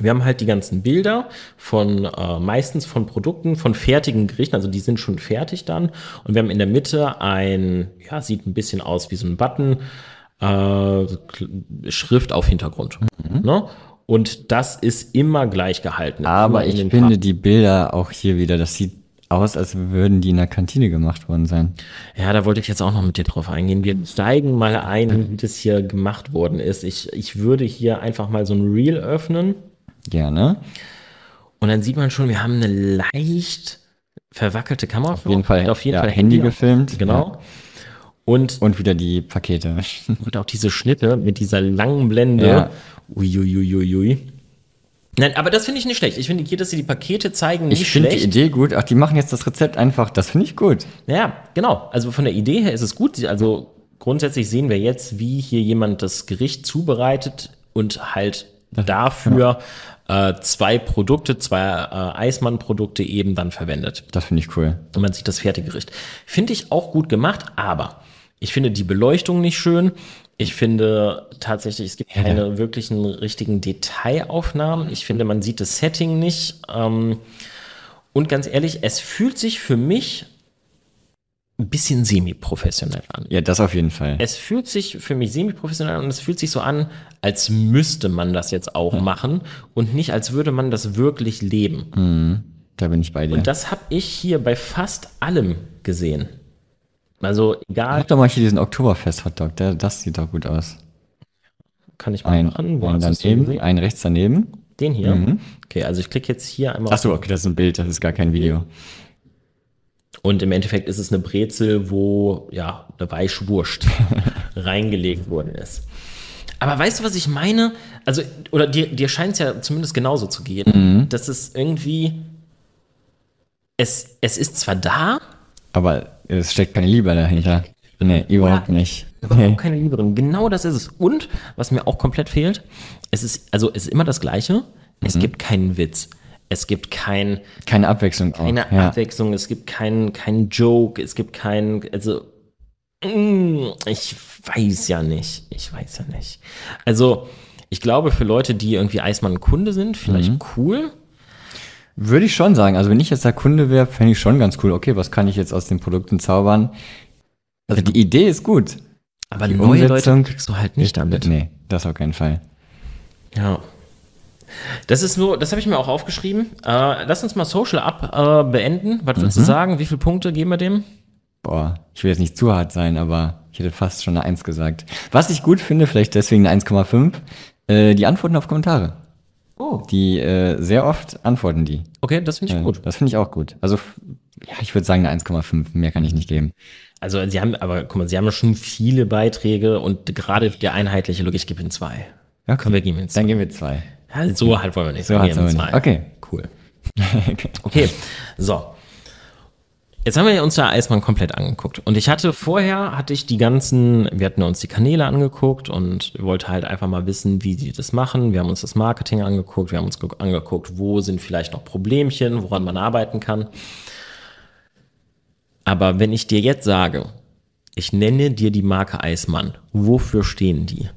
S1: Wir haben halt die ganzen Bilder von äh, meistens von Produkten, von fertigen Gerichten, also die sind schon fertig dann. Und wir haben in der Mitte ein, ja, sieht ein bisschen aus wie so ein Button, äh, Kl- Schrift auf Hintergrund.
S2: Mhm.
S1: Ne? Und das ist immer gleich gehalten.
S2: Aber
S1: immer in
S2: ich
S1: den
S2: finde die Bilder auch hier wieder, das sieht aus, als würden die in der Kantine gemacht worden sein.
S1: Ja, da wollte ich jetzt auch noch mit dir drauf eingehen. Wir steigen mal ein, wie das hier gemacht worden ist. Ich, ich würde hier einfach mal so ein Reel öffnen
S2: Gerne.
S1: und dann sieht man schon, wir haben eine leicht verwackelte Kamera.
S2: Auf jeden Fall,
S1: Auf jeden
S2: ja,
S1: Fall
S2: Handy
S1: Handy.
S2: gefilmt.
S1: Genau. Und,
S2: Und wieder die Pakete.
S1: und auch diese Schnitte mit dieser langen Blende.
S2: Ja.
S1: Uiuiuiui. Nein, aber das finde ich nicht schlecht. Ich finde hier, dass sie die Pakete zeigen, nicht
S2: Ich finde die
S1: schlecht.
S2: Idee gut. Ach, die machen jetzt das Rezept einfach. Das finde ich gut.
S1: Ja, genau. Also von der Idee her ist es gut. Also grundsätzlich sehen wir jetzt, wie hier jemand das Gericht zubereitet und halt dafür äh, zwei Produkte, zwei äh, Eismann-Produkte eben dann verwendet.
S2: Das finde ich cool.
S1: Und man sieht das fertige Gericht. Finde ich auch gut gemacht, aber ich finde die Beleuchtung nicht schön. Ich finde tatsächlich, es gibt keine wirklichen richtigen Detailaufnahmen. Ich finde, man sieht das Setting nicht. Ähm, und ganz ehrlich, es fühlt sich für mich ein bisschen semi-professionell an.
S2: Ja, das auf jeden Fall.
S1: Es fühlt sich für mich semi-professionell an und es fühlt sich so an, als müsste man das jetzt auch machen und nicht, als würde man das wirklich leben.
S2: Da bin ich bei dir.
S1: Und das habe ich hier bei fast allem gesehen. Also egal,
S2: Mach doch mal hier diesen Oktoberfest-Hotdog. Der- Das sieht doch gut aus.
S1: kann ich mal
S2: Ein,
S1: machen. Wo
S2: ein
S1: hast du's denn
S2: daneben,
S1: gesehen?
S2: ein rechts daneben.
S1: Den hier. Okay, also ich klicke jetzt hier einmal.
S2: Achso, okay, das ist ein Bild, das ist gar kein Video.
S1: Und im Endeffekt ist es eine Brezel, wo ja eine Weichwurst reingelegt worden ist. Aber weißt du, was ich meine? Also, oder dir, dir scheint es ja zumindest genauso zu
S2: Mhm.
S1: gehen, dass es irgendwie. Es, es ist zwar da,
S2: Aber es steckt keine Liebe dahinter. Nee, überhaupt nicht.
S1: Überhaupt
S2: Nee.
S1: keine Liebe drin. Genau das ist es. Und was mir auch komplett fehlt, es ist, also es ist immer das Gleiche. Es
S2: Mhm.
S1: gibt keinen Witz. Es gibt kein,
S2: Keine Abwechslung auch.
S1: keine
S2: ja.
S1: Abwechslung, es gibt keinen keinen Joke, es gibt keinen, also mm, ich weiß ja nicht. Ich weiß ja nicht. Also, ich glaube, für Leute, die irgendwie Eismann-Kunde sind,
S2: Mhm.
S1: vielleicht cool.
S2: Würde ich schon sagen. Also wenn ich jetzt der Kunde wäre, fände ich schon ganz cool. Okay, was kann ich jetzt aus den Produkten zaubern? Also die Idee ist gut.
S1: Aber
S2: Die
S1: neue Leute
S2: Umsetzung-
S1: kriegst du halt nicht damit.
S2: Nee, das auf keinen Fall.
S1: Ja. Das ist so, das habe ich mir auch aufgeschrieben. Äh, lass uns mal Social Up äh, beenden. Was
S2: Mhm.
S1: würdest du sagen? Wie viele Punkte geben wir dem?
S2: Boah, ich will jetzt nicht zu hart sein, aber ich hätte fast schon eine 1 gesagt. Was ich gut finde, vielleicht deswegen eine 1,5, äh, die Antworten auf Kommentare.
S1: Oh.
S2: Die äh, sehr oft antworten die.
S1: Okay, das finde ich
S2: Äh,
S1: gut.
S2: Das finde ich auch gut. Also f- ja, ich würde sagen eine 1,5, mehr kann ich nicht geben.
S1: Also sie haben, aber guck mal, sie haben ja schon viele Beiträge und gerade der einheitliche Look, ich gebe ihm zwei.
S2: Ja,
S1: Komm, wir geben ihm zwei.
S2: Dann geben wir zwei.
S1: Ja, so halt wollen wir nicht.
S2: So
S1: wir
S2: hat's
S1: geben
S2: aber
S1: ihm
S2: nicht. Okay,
S1: Cool. Okay, so. Jetzt haben wir uns da erstmal komplett angeguckt. Und ich hatte vorher, hatte ich die ganzen, wir hatten uns die Kanäle angeguckt und wollte halt einfach mal wissen, wie die das machen. Wir haben uns das Marketing angeguckt, wir haben uns ge- angeguckt, wo sind vielleicht noch Problemchen, woran man arbeiten kann. Aber wenn ich dir jetzt sage, ich nenne dir die Marke Eismann, wofür stehen die?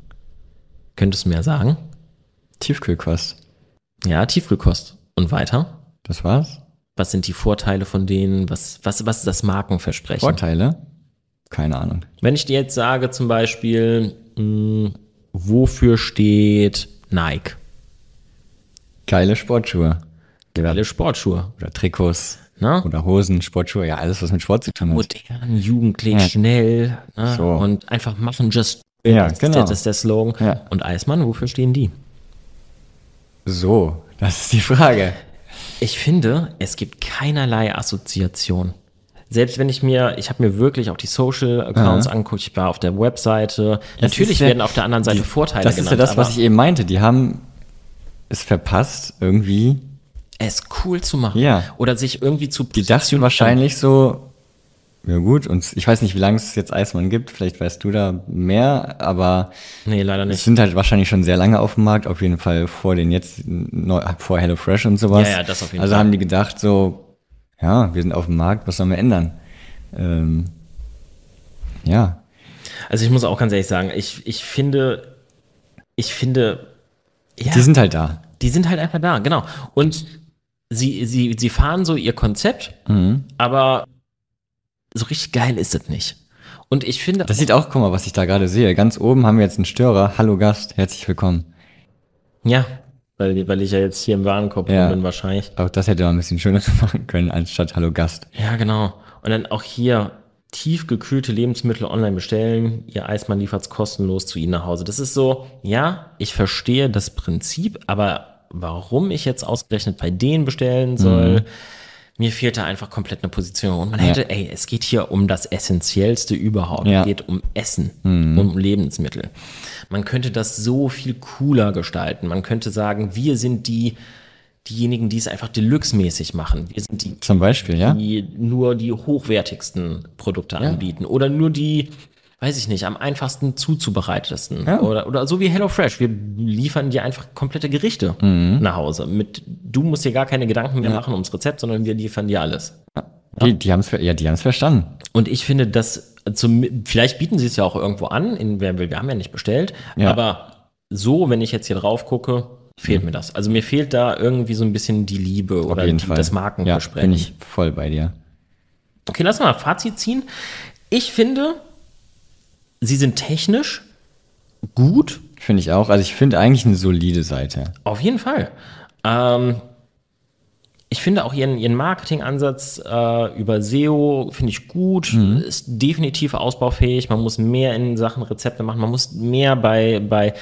S1: Könntest du mir sagen?
S2: Tiefkühlkost.
S1: Ja, Tiefkühlkost. Und weiter?
S2: Das war's.
S1: Was sind die Vorteile von denen? Was, was, was ist das Markenversprechen?
S2: Vorteile? Keine Ahnung.
S1: Wenn ich dir jetzt sage, zum Beispiel, mh, wofür steht Nike?
S2: Geile Sportschuhe.
S1: Alle Sportschuhe.
S2: Oder Trikots.
S1: Ne?
S2: Oder Hosen, Sportschuhe. Ja, alles, was mit Sport zu tun hat.
S1: Modern, jugendlich, schnell ne?
S2: So.
S1: und einfach machen, just
S2: Ja, genau.
S1: das, ist der, das ist der Slogan.
S2: Ja.
S1: Und Eismann, wofür stehen die?
S2: So, das ist die Frage.
S1: Ich finde, es gibt keinerlei Assoziation. Selbst wenn ich mir, ich habe mir wirklich auch die Social Accounts angeguckt, ich war auf der Webseite. Natürlich
S2: ist ja-
S1: werden auf der anderen Seite Vorteile
S2: das
S1: genannt.
S2: ist ja das,
S1: aber-
S2: was ich eben meinte. Die haben es verpasst, irgendwie.
S1: es cool zu machen.
S2: Ja.
S1: Oder sich irgendwie zu
S2: Die dachten wahrscheinlich so, ja gut, und ich weiß nicht, wie lange es jetzt Eismann gibt, vielleicht weißt du da mehr, aber
S1: Nee, leider
S2: es
S1: nicht.
S2: sind halt wahrscheinlich schon sehr lange auf dem Markt, auf jeden Fall vor den jetzt, neu, vor HelloFresh und sowas.
S1: Ja, ja, das auf jeden
S2: also
S1: Fall.
S2: haben die gedacht so, ja, wir sind auf dem Markt, was sollen wir ändern? Ähm, ja,
S1: Also ich muss auch ganz ehrlich sagen, ich, ich finde, ich finde, ja,
S2: die sind halt da.
S1: die sind halt einfach da, genau. Und sie, sie, sie fahren so ihr Konzept,
S2: Mhm.
S1: aber so richtig geil ist es nicht. Und ich finde,
S2: Das sieht auch, guck mal, was ich da gerade sehe. Ganz oben haben wir jetzt einen Störer. Hallo Gast, herzlich willkommen.
S1: ja, Weil, weil ich ja jetzt hier im Warenkorb
S2: Ja.
S1: bin wahrscheinlich.
S2: Auch das hätte man ein bisschen schöner machen können, anstatt Hallo Gast.
S1: Ja, genau. Und dann auch hier tiefgekühlte Lebensmittel online bestellen. Ihr Eismann liefert's kostenlos zu Ihnen nach Hause. Das ist so, ja, ich verstehe das Prinzip, aber warum ich jetzt ausgerechnet bei denen bestellen soll, mir fehlt da einfach komplett eine Position. Und man hätte, ey, es geht hier um das Essentiellste überhaupt.
S2: Ja.
S1: Es geht um Essen, um Lebensmittel. Man könnte das so viel cooler gestalten. Man könnte sagen, wir sind die, diejenigen, die es einfach deluxe-mäßig machen. Wir sind die
S2: Zum Beispiel, ja?
S1: die nur die hochwertigsten Produkte anbieten oder nur die, weiß ich nicht, am einfachsten zuzubereitetesten.
S2: Ja.
S1: Oder, oder so wie HelloFresh. Wir liefern dir einfach komplette Gerichte
S2: Mhm.
S1: nach Hause. Mit, du musst dir gar keine Gedanken mehr machen ums Rezept, sondern wir liefern dir alles.
S2: Die, die haben es ja, die haben's verstanden.
S1: Und ich finde, dass zum, vielleicht bieten sie es ja auch irgendwo an, in, wir, wir haben ja nicht bestellt,
S2: Ja. Mhm.
S1: aber so, wenn ich jetzt hier drauf gucke, fehlt mir das. Also mir fehlt da irgendwie so ein bisschen die Liebe
S2: Auf
S1: oder
S2: jeden
S1: die,
S2: Fall.
S1: das
S2: ja,
S1: Markenversprechen.
S2: bin ich voll bei dir.
S1: Okay, lass mal ein Fazit ziehen. Ich finde, sie sind technisch gut,
S2: Finde ich auch. Also ich finde eigentlich eine solide Seite.
S1: auf jeden Fall. Ähm, ich finde auch ihren, ihren Marketingansatz äh, über SEO finde ich gut, ist definitiv ausbaufähig. Man muss mehr in Sachen Rezepte machen, man muss mehr bei, bei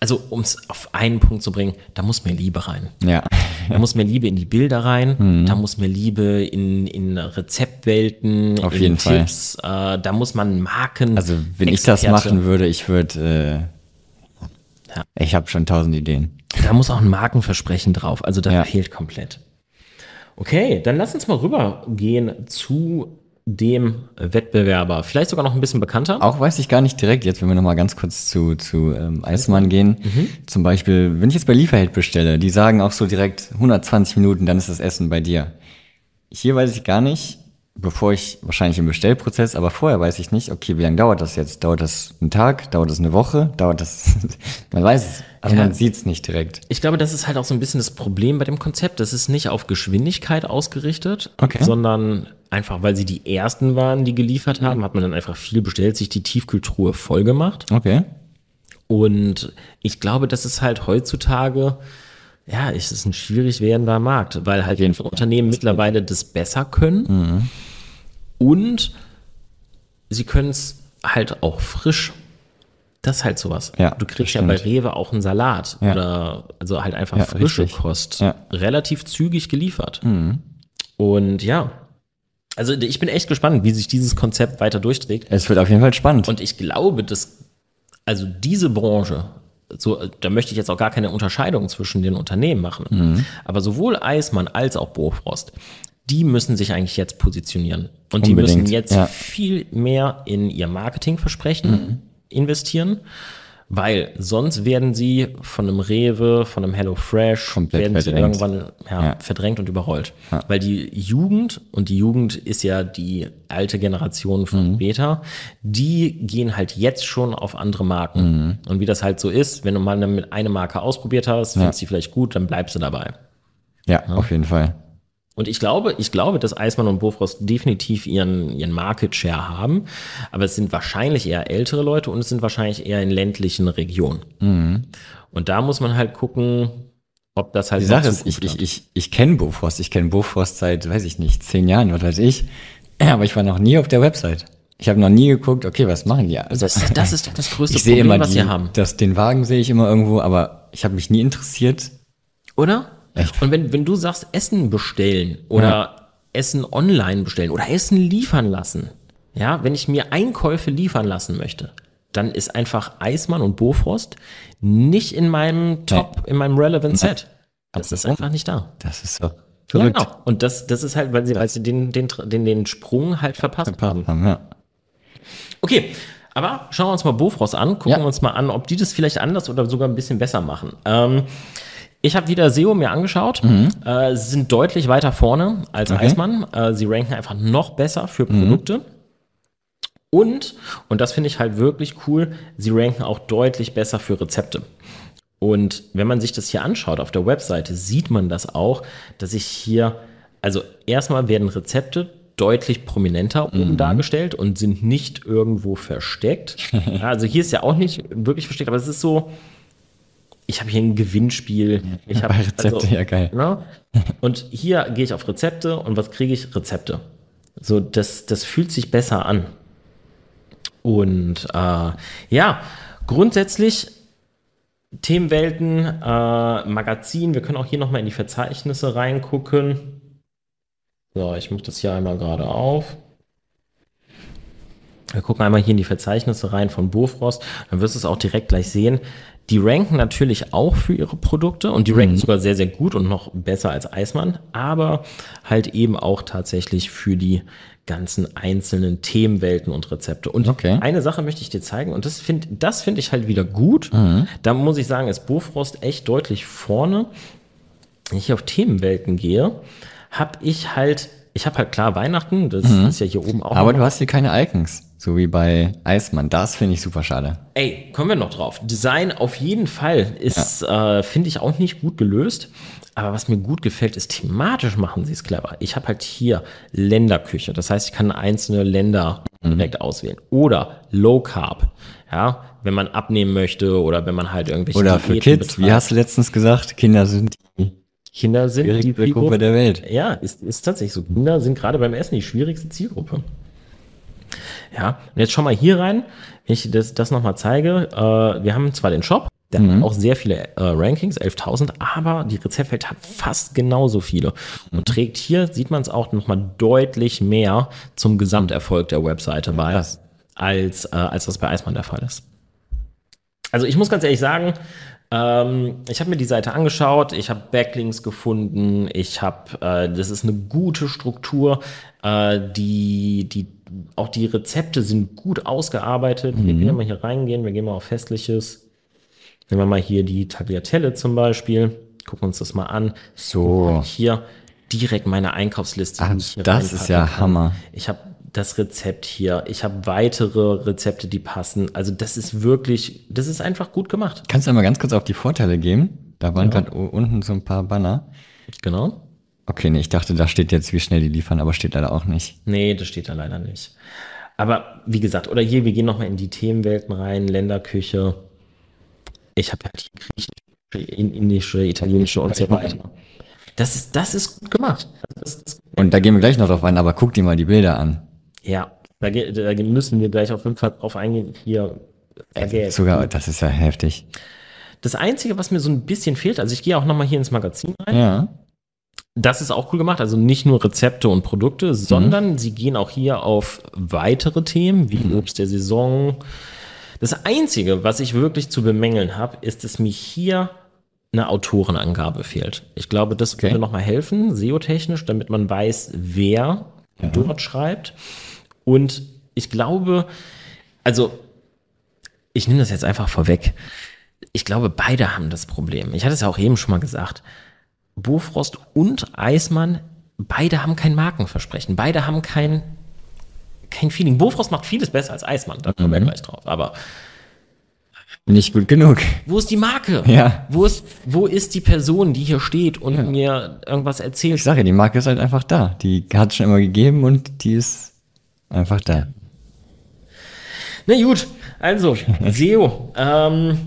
S1: also um es auf einen Punkt zu bringen, da muss mehr Liebe rein.
S2: Ja. Mhm.
S1: Da muss mehr Liebe in die Bilder rein, da muss mehr Liebe in, in Rezeptwelten,
S2: Auf
S1: in
S2: jeden Fall.
S1: Tipps, äh, da muss man Marken.
S2: Also wenn ich das
S1: Experte-
S2: machen würde, ich würde, äh,
S1: Ja.
S2: ich habe schon tausend Ideen.
S1: Da muss auch ein Markenversprechen drauf. Also das
S2: Ja.
S1: fehlt komplett. Okay, dann lass uns mal rübergehen zu dem Wettbewerber. Vielleicht sogar noch ein bisschen bekannter.
S2: Auch weiß ich gar nicht direkt, jetzt wenn wir nochmal ganz kurz zu, zu ähm, Eismann gehen.
S1: Mhm.
S2: Zum Beispiel, wenn ich jetzt bei Lieferheld bestelle, die sagen auch so direkt 120 Minuten, dann ist das Essen bei dir. Hier weiß ich gar nicht, bevor ich, wahrscheinlich im Bestellprozess, aber vorher weiß ich nicht, okay, wie lange dauert das jetzt? Dauert das einen Tag? Dauert das eine Woche? Dauert das, man weiß es, aber
S1: Ja.
S2: man sieht es nicht direkt.
S1: Ich glaube, das ist halt auch so ein bisschen das Problem bei dem Konzept. Das ist nicht auf Geschwindigkeit ausgerichtet,
S2: Okay.
S1: sondern einfach, weil sie die ersten waren, die geliefert
S2: Mhm.
S1: haben, hat man dann einfach viel bestellt, sich die Tiefkühltruhe voll gemacht.
S2: Okay.
S1: Und ich glaube, das ist halt heutzutage, ja, es ist ein schwierig werdender Markt, weil halt
S2: jeden
S1: die
S2: Fall. Mhm.
S1: Unternehmen mittlerweile das besser können. Und sie können es halt auch frisch. Das ist halt sowas.
S2: Ja,
S1: du kriegst
S2: das
S1: ja bei
S2: stimmt.
S1: Rewe auch einen Salat
S2: Ja.
S1: oder also halt einfach
S2: Ja,
S1: frische
S2: richtig.
S1: Kost
S2: Ja. Mhm.
S1: relativ zügig geliefert. Und ja, also ich bin echt gespannt, wie sich dieses Konzept weiter durchträgt.
S2: Es wird auf jeden Fall spannend.
S1: Und ich glaube, dass also diese Branche, so, da möchte ich jetzt auch gar keine Unterscheidung zwischen den Unternehmen machen,
S2: Mhm.
S1: aber sowohl Eismann als auch Bofrost, die müssen sich eigentlich jetzt positionieren. Und die
S2: Unbedingt,
S1: müssen jetzt
S2: ja. Mhm.
S1: viel mehr in ihr Marketingversprechen investieren. Weil sonst werden sie von einem Rewe, von einem HelloFresh,
S2: Komplett
S1: werden
S2: verdrängt.
S1: sie irgendwann ja,
S2: Ja.
S1: verdrängt und überrollt. Weil die Jugend, und die Jugend ist ja die alte Generation
S2: Mhm.
S1: von später, die gehen halt jetzt schon auf andere Marken.
S2: Mhm.
S1: Und wie das halt so ist, wenn du mal eine- eine Marke ausprobiert hast, findest die vielleicht gut, dann bleibst du dabei.
S2: ja, auf jeden Fall.
S1: Und ich glaube, ich glaube, dass Eismann und Bofrost definitiv ihren, ihren Market Share haben. Aber es sind wahrscheinlich eher ältere Leute und es sind wahrscheinlich eher in ländlichen Regionen.
S2: Mhm.
S1: Und da muss man halt gucken, ob das halt
S2: Die Sache ist, ich, ich, ich, ich kenne Bofrost. Ich kenne Bofrost seit, weiß ich nicht, zehn Jahren, was weiß ich. Aber ich war noch nie auf der Website. Ich habe noch nie geguckt, okay, was machen die? Also,
S1: das, das ist doch das größte
S2: ich sehe
S1: Problem,
S2: immer
S1: was
S2: die,
S1: wir haben.
S2: Das, den Wagen sehe ich immer irgendwo, aber ich habe mich nie interessiert.
S1: Oder?
S2: Echt?
S1: Und wenn, wenn du sagst, Essen bestellen oder Essen online bestellen oder Essen liefern lassen, ja, wenn ich mir Einkäufe liefern lassen möchte, dann ist einfach Eismann und Bofrost nicht in meinem Top, in meinem Relevant Set. Das ist einfach nicht da.
S2: Das ist so
S1: Ja,
S2: verrückt.
S1: genau. Und das, das ist halt, weil sie, weil sie den, den, den, den Sprung halt verpasst haben.
S2: Partner, Ähm, ja.
S1: Okay, aber schauen wir uns mal Bofrost an, gucken
S2: Ja.
S1: wir uns mal an, ob die das vielleicht anders oder sogar ein bisschen besser machen. Ähm, ich habe wieder SEO mir angeschaut. Äh, sie sind deutlich weiter vorne als Eismann. Äh, sie ranken einfach noch besser für Produkte. Und, und das finde ich halt wirklich cool, sie ranken auch deutlich besser für Rezepte. Und wenn man sich das hier anschaut auf der Webseite, sieht man das auch, dass ich hier, also erstmal werden Rezepte deutlich prominenter
S2: Mhm.
S1: oben dargestellt und sind nicht irgendwo versteckt. Ja, also hier ist ja auch nicht wirklich versteckt, aber es ist so, ich habe hier ein Gewinnspiel. Ich habe
S2: Bei Rezepte, ja, geil.
S1: Ne? Und hier gehe ich auf Rezepte und was kriege ich? Rezepte. So, das, das fühlt sich besser an. Und äh, ja, grundsätzlich Themenwelten, äh, Magazin, wir können auch hier nochmal in die Verzeichnisse reingucken. So, ich mache das hier einmal gerade auf. Wir gucken einmal hier in die Verzeichnisse rein von Bofrost, dann wirst du es auch direkt gleich sehen. Die ranken natürlich auch für ihre Produkte und die ranken sogar sehr, sehr gut und noch besser als Eismann, aber halt eben auch tatsächlich für die ganzen einzelnen Themenwelten und Rezepte. Und
S2: Okay.
S1: eine Sache möchte ich dir zeigen und das finde das find ich halt wieder gut. Da muss ich sagen, ist Bofrost echt deutlich vorne wenn ich auf Themenwelten gehe, habe ich halt, ich habe halt klar Weihnachten, das ist ja hier oben auch.
S2: Mhm. Aber
S1: noch.
S2: du hast hier keine Icons, so wie bei Eismann. Das finde ich super schade.
S1: Ey, kommen wir noch drauf. Design auf jeden Fall ist, äh, finde ich, auch nicht gut gelöst. Aber was mir gut gefällt, ist thematisch machen sie es clever. Ich habe halt hier Länderküche. Das heißt, ich kann einzelne Länder
S2: Mhm.
S1: direkt auswählen. Oder Low Carb. Ja, wenn man abnehmen möchte oder wenn man halt irgendwelche
S2: Oder für
S1: Diäten
S2: Kids,
S1: betreibt.
S2: wie hast du letztens gesagt, Kinder sind die
S1: Kinder sind die
S2: schwierigste
S1: Zielgruppe
S2: Gruppe der Welt.
S1: Ja, ist, ist tatsächlich so. Kinder sind gerade beim Essen die schwierigste Zielgruppe. Ja, und jetzt schau mal hier rein, wenn ich das, das nochmal zeige. Äh, wir haben zwar den Shop, der hat auch sehr viele äh, Rankings, 11.000, aber die Rezeptwelt hat fast genauso viele. Und trägt hier, sieht man es auch, nochmal deutlich mehr zum Gesamterfolg der Webseite bei,
S2: Krass.
S1: als, äh, als das bei Eismann der Fall ist. Also ich muss ganz ehrlich sagen, ähm, ich habe mir die Seite angeschaut, ich habe Backlinks gefunden, ich habe, äh, das ist eine gute Struktur, äh, die, die, auch die Rezepte sind gut ausgearbeitet. Wir
S2: Mhm.
S1: können ja mal hier reingehen, wir gehen mal auf Festliches. Nehmen wir mal hier die Tagliatelle zum Beispiel, gucken uns das mal an.
S2: So.
S1: Hier direkt meine Einkaufsliste.
S2: Ah,
S1: die ich hier
S2: das ist
S1: reinpacken
S2: ja
S1: kann.
S2: Hammer.
S1: Ich habe das Rezept hier, ich habe weitere Rezepte, die passen. Also das ist wirklich, das ist einfach gut gemacht.
S2: Kannst du einmal ganz kurz auf die Vorteile gehen? Da waren gerade o- unten so ein paar Banner.
S1: Genau.
S2: Okay, nee, ich dachte, da steht jetzt, wie schnell die liefern, aber steht leider auch nicht.
S1: Nee, das steht da leider nicht. Aber wie gesagt, oder hier, wir gehen nochmal in die Themenwelten rein, Länderküche. Ich habe halt hier griechische, in- indische, italienische und so weiter. Das ist, das ist gut gemacht. Das ist,
S2: Und da gehen wir gleich noch drauf ein, aber guck dir mal die Bilder an.
S1: ja, da, ge- da müssen wir gleich auf jeden Fall drauf eingehen. Hier, vergeht.
S2: Sogar, das ist ja heftig.
S1: Das Einzige, was mir so ein bisschen fehlt, also ich gehe auch nochmal hier ins Magazin rein.
S2: Ja.
S1: Das ist auch cool gemacht. Also nicht nur Rezepte und Produkte, sondern sie gehen auch hier auf weitere Themen wie Obst der Saison. Das Einzige, was ich wirklich zu bemängeln habe, ist, dass mir hier eine Autorenangabe fehlt. Ich glaube, das würde nochmal helfen, SEO-technisch, damit man weiß, wer dort schreibt. Und ich glaube, also ich nehme das jetzt einfach vorweg. Ich glaube, beide haben das Problem. Ich hatte es ja auch eben schon mal gesagt. Bofrost und Eismann, beide haben kein Markenversprechen. Beide haben kein, kein Feeling. Bofrost macht vieles besser als Eismann. Da kommen wir gleich drauf. Aber
S2: Nicht gut genug.
S1: wo ist die Marke?
S2: Ja.
S1: Wo, ist, wo ist die Person, die hier steht und mir irgendwas
S2: Ich
S1: erzählt?
S2: sage ja, die Marke ist halt einfach da. Die hat schon immer gegeben und die ist einfach da.
S1: Na gut, also, SEO. Ähm,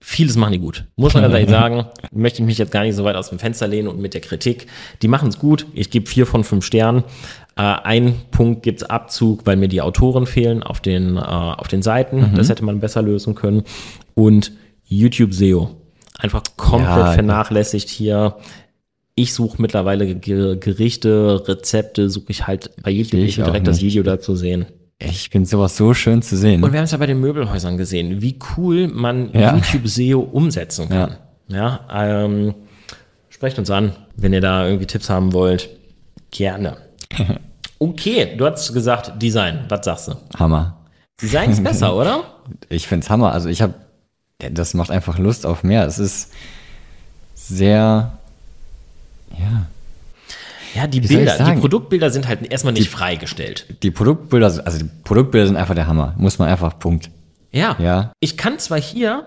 S1: vieles machen die gut. Muss man ganz ehrlich sagen. Möchte ich mich jetzt gar nicht so weit aus dem Fenster lehnen und mit der Kritik. Die machen es gut. Ich gebe vier von fünf Sternen. Äh, ein Punkt gibt's Abzug, weil mir die Autoren fehlen auf den, äh, auf den Seiten. Das hätte man besser lösen können. Und YouTube SEO. Einfach komplett
S2: Ja.
S1: vernachlässigt hier. Ich suche mittlerweile Ge Gerichte, Rezepte, suche ich halt bei YouTube
S2: Ich
S1: direkt
S2: auch
S1: das
S2: nicht.
S1: Video dazu sehen.
S2: Ich finde sowas so schön zu sehen.
S1: Und wir haben es ja bei den Möbelhäusern gesehen, wie cool man
S2: Ja.
S1: YouTube SEO umsetzen kann. Ja. ähm, sprecht uns an, wenn ihr da irgendwie Tipps haben wollt. Gerne. Okay, du hast gesagt Design. Was sagst du?
S2: Hammer.
S1: Design ist besser, oder?
S2: Ich finde es Hammer. Also ich habe, das macht einfach Lust auf mehr. Es ist sehr, ja,
S1: Ja, die
S2: soll ich
S1: Bilder, die
S2: sagen?
S1: Produktbilder sind halt erstmal nicht freigestellt.
S2: die Produktbilder, also die Produktbilder sind einfach der Hammer. Muss man einfach, Punkt.
S1: Ja.
S2: Ja.
S1: Ich kann zwar hier,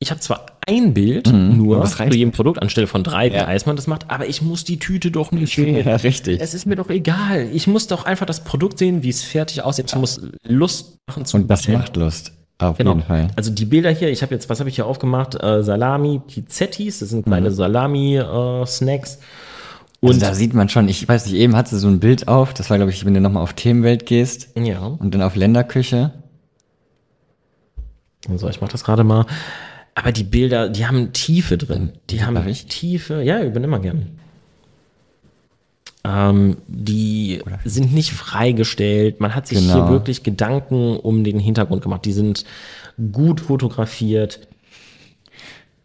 S1: ich habe zwar ein Bild nur
S2: Mhm. aber es
S1: zu
S2: reicht
S1: jedem Produkt anstelle von drei, wie
S2: Ja.
S1: Eismann das macht, aber ich muss die Tüte doch nicht sehen.
S2: Ja, richtig.
S1: Es ist mir doch egal. Ich muss doch einfach das Produkt sehen, wie es fertig aussieht. Ich muss Lust machen zu
S2: Und das
S1: bestellen.
S2: macht Lust. Auf
S1: Genau.
S2: jeden Fall.
S1: Also die Bilder hier, ich habe jetzt, was habe ich hier aufgemacht? Äh, Salami, Pizzettis, das sind
S2: Mhm.
S1: äh, kleine Salami-Snacks.
S2: Und
S1: und
S2: also da sieht man schon, ich weiß nicht, eben hatte so ein Bild auf, das war, glaube ich, wenn du nochmal auf Themenwelt gehst
S1: ja,
S2: und dann auf Länderküche.
S1: so, ich mache das gerade mal. Aber die Bilder, die haben Tiefe drin. Die haben
S2: darf ich?
S1: Tiefe. Ja, ich bin immer gern. Ähm, die sind nicht freigestellt. Man hat sich hier
S2: Genau.
S1: wirklich Gedanken um den Hintergrund gemacht. Die sind gut fotografiert.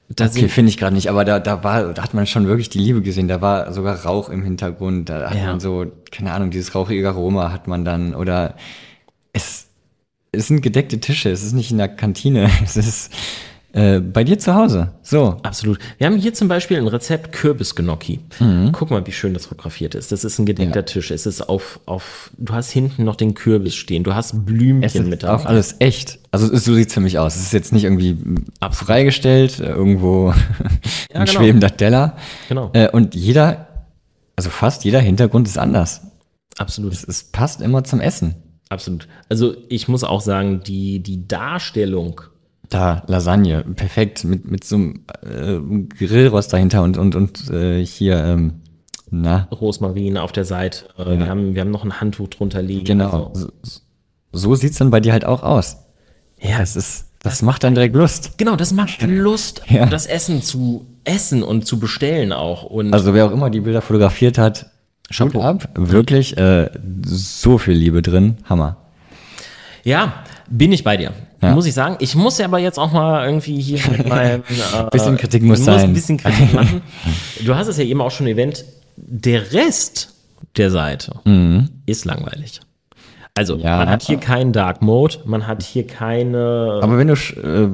S1: Da
S2: Okay, finde ich gerade nicht, aber da, da war, da hat man schon wirklich die Liebe gesehen. Da war sogar Rauch im Hintergrund. Da hat
S1: Ja.
S2: man so, keine Ahnung, dieses rauchige Aroma hat man dann. Oder es, es sind gedeckte Tische, es ist nicht in der Kantine, es ist äh, bei dir zu Hause. So.
S1: Absolut. Wir haben hier zum Beispiel ein Rezept Kürbisgnocchi. Guck mal, wie schön das fotografiert ist. Das ist ein gedeckter
S2: Mhm. Ja.
S1: Tisch. Es ist auf, auf, du hast hinten noch den Kürbis stehen. Du hast Blümchen
S2: Es ist
S1: mit
S2: auch
S1: dabei.
S2: alles echt. Also es- so sieht's für mich aus. Es ist jetzt nicht irgendwie
S1: Absolut.
S2: freigestellt, äh, irgendwo
S1: Ja, genau.
S2: ein schwebender Teller.
S1: Genau.
S2: Äh, und jeder, also fast jeder Hintergrund ist anders.
S1: Absolut.
S2: Es passt immer zum Essen.
S1: Absolut. Also, ich muss auch sagen, die, die Darstellung
S2: Da, Lasagne, perfekt, mit, mit so einem äh, Grillrost dahinter und, und, und äh, hier, ähm, na,
S1: Rosmarin auf der Seite. Äh, Wir, haben, wir haben noch ein Handtuch drunter liegen.
S2: genau.
S1: Also,
S2: So, so sieht's dann bei dir halt auch aus. Ja, es ist, das macht dann direkt Lust.
S1: genau, das macht Lust,
S2: Ja.
S1: das Essen zu essen und zu bestellen auch. Und
S2: Also wer auch immer die Bilder fotografiert hat, schaut
S1: Chapeau.
S2: ab. Wirklich äh, so viel Liebe drin, Hammer.
S1: Ja, bin ich bei dir.
S2: Ja.
S1: Muss ich sagen. Ich muss ja aber jetzt auch mal irgendwie hier mit meinem. Äh,
S2: Bisschen Kritik muss
S1: ein
S2: sein.
S1: bisschen Kritik machen. Du hast es ja eben auch schon erwähnt. Der Rest der Seite ist langweilig. Also,
S2: Mhm. Ja.
S1: man hat hier keinen Dark Mode, man hat hier keine.
S2: Aber wenn du, sch- äh,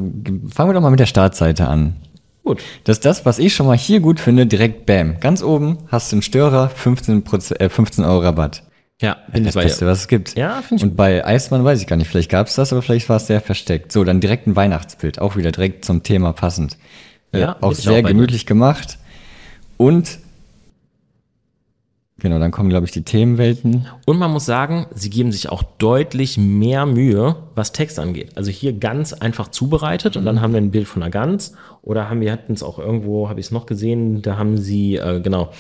S2: fangen wir doch mal mit der Startseite an.
S1: Gut.
S2: dass das, was ich schon mal hier gut finde, direkt bam. Ganz oben hast du einen Störer, 15, äh, 15 Euro Rabatt.
S1: Ja, bin ich
S2: Das
S1: bei
S2: Beste,
S1: dir.
S2: was es gibt.
S1: Ja, finde ich
S2: Und bei Eismann weiß ich gar nicht. Vielleicht gab es das, aber vielleicht war es sehr versteckt. So, dann direkt ein Weihnachtsbild. Auch wieder direkt zum Thema passend. Äh,
S1: Ja, bin
S2: auch
S1: ich
S2: sehr
S1: auch bei dir.
S2: gemütlich gemacht. Und genau, dann kommen, glaube ich, die Themenwelten.
S1: Und man muss sagen, sie geben sich auch deutlich mehr Mühe, was Text angeht. Also hier ganz einfach zubereitet und dann haben wir ein Bild von einer Gans oder haben wir hatten es auch irgendwo, habe ich es noch gesehen, da haben sie äh, genau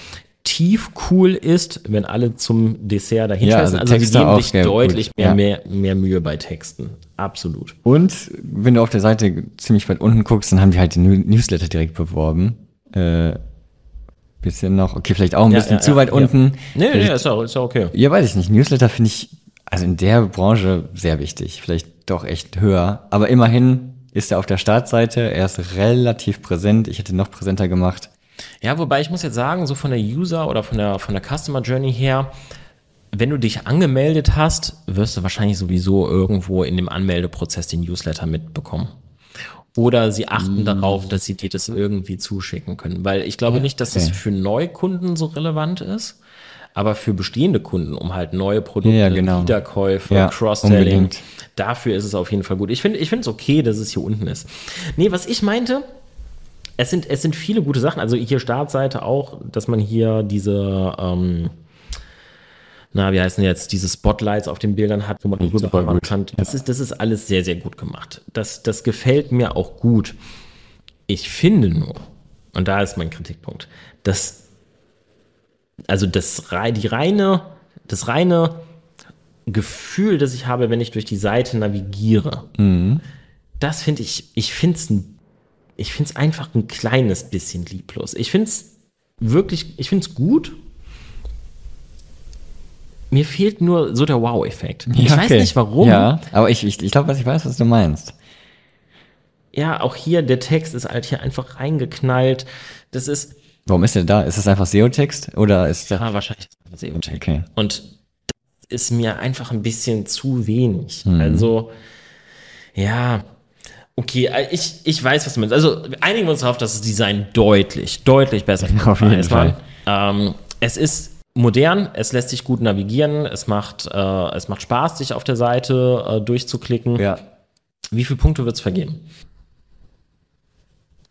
S1: tiefkühl ist, wenn alle zum Dessert dahin
S2: Ja,
S1: scheißen. Also,
S2: also Texte
S1: sie geben
S2: auch
S1: sich
S2: sehr gut.
S1: deutlich mehr,
S2: Ja.
S1: mehr, mehr Mühe bei Texten. Absolut.
S2: Und wenn du auf der Seite ziemlich weit unten guckst, dann haben die halt den New- Newsletter direkt beworben. Äh, bisschen noch, okay, vielleicht auch ein bisschen
S1: ja,
S2: zu
S1: ja,
S2: weit
S1: ja.
S2: unten.
S1: Nee, nee, ist ja, ist ja okay.
S2: Ja, weiß ich nicht. Newsletter finde ich, also in der Branche sehr wichtig. Vielleicht doch echt höher. Aber immerhin ist er auf der Startseite. Er ist relativ präsent. Ich hätte noch präsenter gemacht.
S1: Ja, wobei ich muss jetzt sagen, so von der User oder von der, von der Customer Journey her, wenn du dich angemeldet hast, wirst du wahrscheinlich sowieso irgendwo in dem Anmeldeprozess den Newsletter mitbekommen. Oder sie achten
S2: Mhm.
S1: darauf, dass sie dir das irgendwie zuschicken können. Weil ich glaube nicht, dass das
S2: okay.
S1: für Neukunden so relevant ist, aber für bestehende Kunden, um halt neue Produkte,
S2: Ja, genau.
S1: Wiederkäufe,
S2: Ja,
S1: Cross-Selling,
S2: unbedingt.
S1: dafür ist es auf jeden Fall gut. Ich finde ich finde es okay, dass es hier unten ist. Nee, was ich meinte, es sind, es sind viele gute Sachen. Also hier Startseite auch, dass man hier diese, ähm, na, wie heißen die jetzt, diese Spotlights auf den Bildern hat, wo man die
S2: Super
S1: Sachen
S2: gut.
S1: kann. Das, ist, das ist alles sehr, sehr gut gemacht. Das, das gefällt mir auch gut. Ich finde nur, und da ist mein Kritikpunkt, dass, also das, rei- die reine, das reine Gefühl, das ich habe, wenn ich durch die Seite navigiere, Mhm. das finde ich, ich finde es ein ich finde es einfach ein kleines bisschen lieblos. Ich finde es wirklich, ich finde es gut. Mir fehlt nur so der Wow-Effekt. ich
S2: Ja,
S1: weiß
S2: okay.
S1: nicht warum. Ja.
S2: Ja, aber ich, ich, ich glaube, was ich weiß, was du meinst.
S1: auch hier, der Text ist halt hier einfach reingeknallt. Das ist,
S2: Warum ist er da? Ist es einfach SEO-Text oder ist der,
S1: ah, wahrscheinlich ist das eben Text.
S2: okay.
S1: Und das ist mir einfach ein bisschen zu wenig.
S2: Mhm.
S1: Also, ja. Okay, äh, ich, ich weiß, was du meinst. Also einigen wir uns darauf, dass das Design deutlich, deutlich besser ist.
S2: Auf jeden
S1: als war. Ähm, es ist modern, es lässt sich gut navigieren, es macht, äh, es macht Spaß, sich auf der Seite äh, durchzuklicken.
S2: Ja.
S1: Wie viele Punkte wird es vergeben?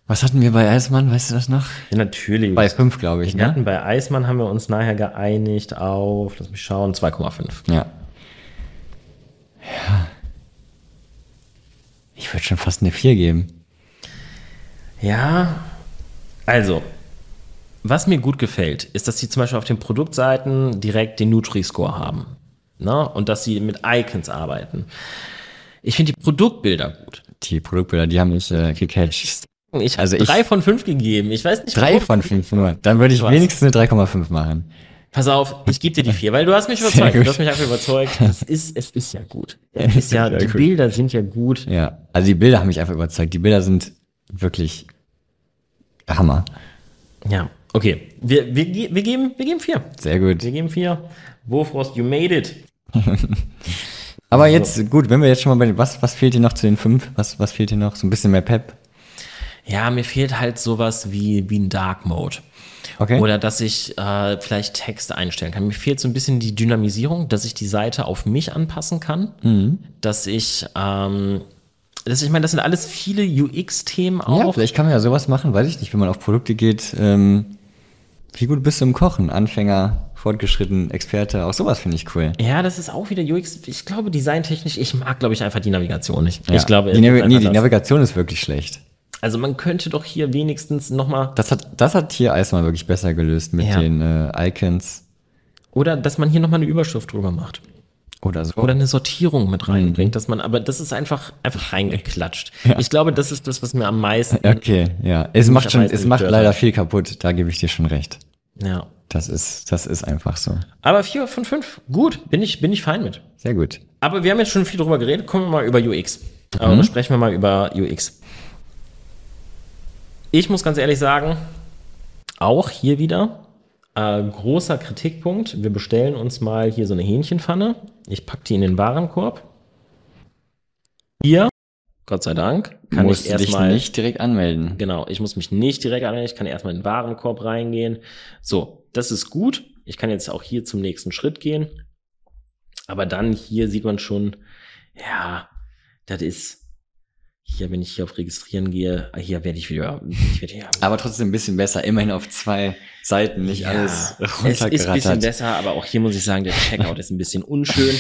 S2: Was hatten wir bei Eismann? Weißt du das noch?
S1: Ja, natürlich.
S2: Bei 5, glaube ich,
S1: wir
S2: ne?
S1: hatten bei Eismann haben wir uns nachher geeinigt auf, lass mich schauen, 2,5.
S2: Ja. Ich Ich würde schon fast eine 4 geben.
S1: Ja, also, was mir gut gefällt, ist, dass sie zum Beispiel auf den Produktseiten direkt den Nutri-Score haben. Ne? Und dass sie mit Icons arbeiten. Ich finde die Produktbilder gut.
S2: Die Produktbilder, die haben mich äh, gecatcht.
S1: Ich habe
S2: Also ich-
S1: drei von fünf gegeben. Ich weiß nicht,
S2: Drei
S1: warum.
S2: von fünf nur. Dann würde ich
S1: Was?
S2: wenigstens eine 3,5 machen.
S1: Pass auf, ich gebe dir die vier, weil du hast mich überzeugt.
S2: gut.
S1: Du hast mich einfach überzeugt. Es ist, es ist ja gut. Es ist ja,
S2: Sehr
S1: die
S2: gut.
S1: Bilder sind ja gut.
S2: Ja. Also die Bilder haben mich einfach überzeugt. Die Bilder sind wirklich Hammer.
S1: Ja, okay. Wir, wir, ge- wir, geben, wir geben vier.
S2: Sehr gut.
S1: Wir geben vier. Bofrost, you made it.
S2: Aber jetzt, gut, wenn wir jetzt schon mal bei den, was, was fehlt dir noch zu den fünf? Was, was fehlt dir noch? So ein bisschen mehr Pep.
S1: Ja, mir fehlt halt sowas wie, wie ein Dark Mode.
S2: Okay.
S1: Oder dass ich äh, vielleicht Texte einstellen kann. Mir fehlt so ein bisschen die Dynamisierung, dass ich die Seite auf mich anpassen kann.
S2: Mhm.
S1: Dass ich, ähm, dass ich meine, das sind alles viele UX-Themen
S2: ja,
S1: auch.
S2: vielleicht kann man ja sowas machen, weiß ich nicht, wenn man auf Produkte geht. Ähm, wie gut bist du im Kochen? Anfänger, fortgeschritten, Experte, auch sowas finde ich cool.
S1: Ja, das ist auch wieder UX. Ich glaube, designtechnisch, ich mag, glaube ich, einfach die Navigation nicht.
S2: Ja.
S1: Ich glaube,
S2: die, Navi
S1: einfach
S2: nee, die
S1: das.
S2: Navigation ist wirklich schlecht.
S1: also man könnte doch hier wenigstens nochmal,
S2: Das hat, das hat hier Eismann wirklich besser gelöst mit
S1: Ja.
S2: den äh, Icons
S1: oder dass man hier nochmal eine Überschrift drüber macht.
S2: oder so.
S1: Oder eine Sortierung mit
S2: Mhm.
S1: reinbringt, dass man, aber das ist einfach, einfach reingeklatscht. Ich glaube, das ist das, was mir am meisten,
S2: okay, ja. Es macht
S1: am
S2: schon,
S1: meisten
S2: es macht
S1: gestört
S2: leider viel kaputt, da gebe ich dir schon recht.
S1: ja.
S2: Das ist, das ist einfach so.
S1: Aber vier von fünf, gut, bin ich, bin ich fein mit.
S2: Sehr gut.
S1: Aber wir haben jetzt schon viel drüber geredet, kommen wir mal über UX.
S2: Mhm.
S1: Oder sprechen wir mal über UX. Ich muss ganz ehrlich sagen, auch hier wieder äh, großer Kritikpunkt. Wir bestellen uns mal hier so eine Hähnchenpfanne. Ich packe die in den Warenkorb. Hier, Gott sei Dank, kann
S2: Musst
S1: ich
S2: dich
S1: erstmal
S2: nicht direkt anmelden.
S1: Genau, ich muss mich nicht direkt anmelden, ich kann erstmal in den Warenkorb reingehen. So, das ist gut. Ich kann jetzt auch hier zum nächsten Schritt gehen. Aber dann hier sieht man schon, ja, das ist hier, wenn ich hier auf Registrieren gehe, ah, hier werde ich wieder, ich werde hier.
S2: Aber trotzdem ein bisschen besser. Immerhin auf zwei Seiten, nicht
S1: Ja,
S2: alles
S1: Es ist ein bisschen
S2: runtergerattert.
S1: besser, aber auch hier muss ich sagen, der Checkout ist ein bisschen unschön.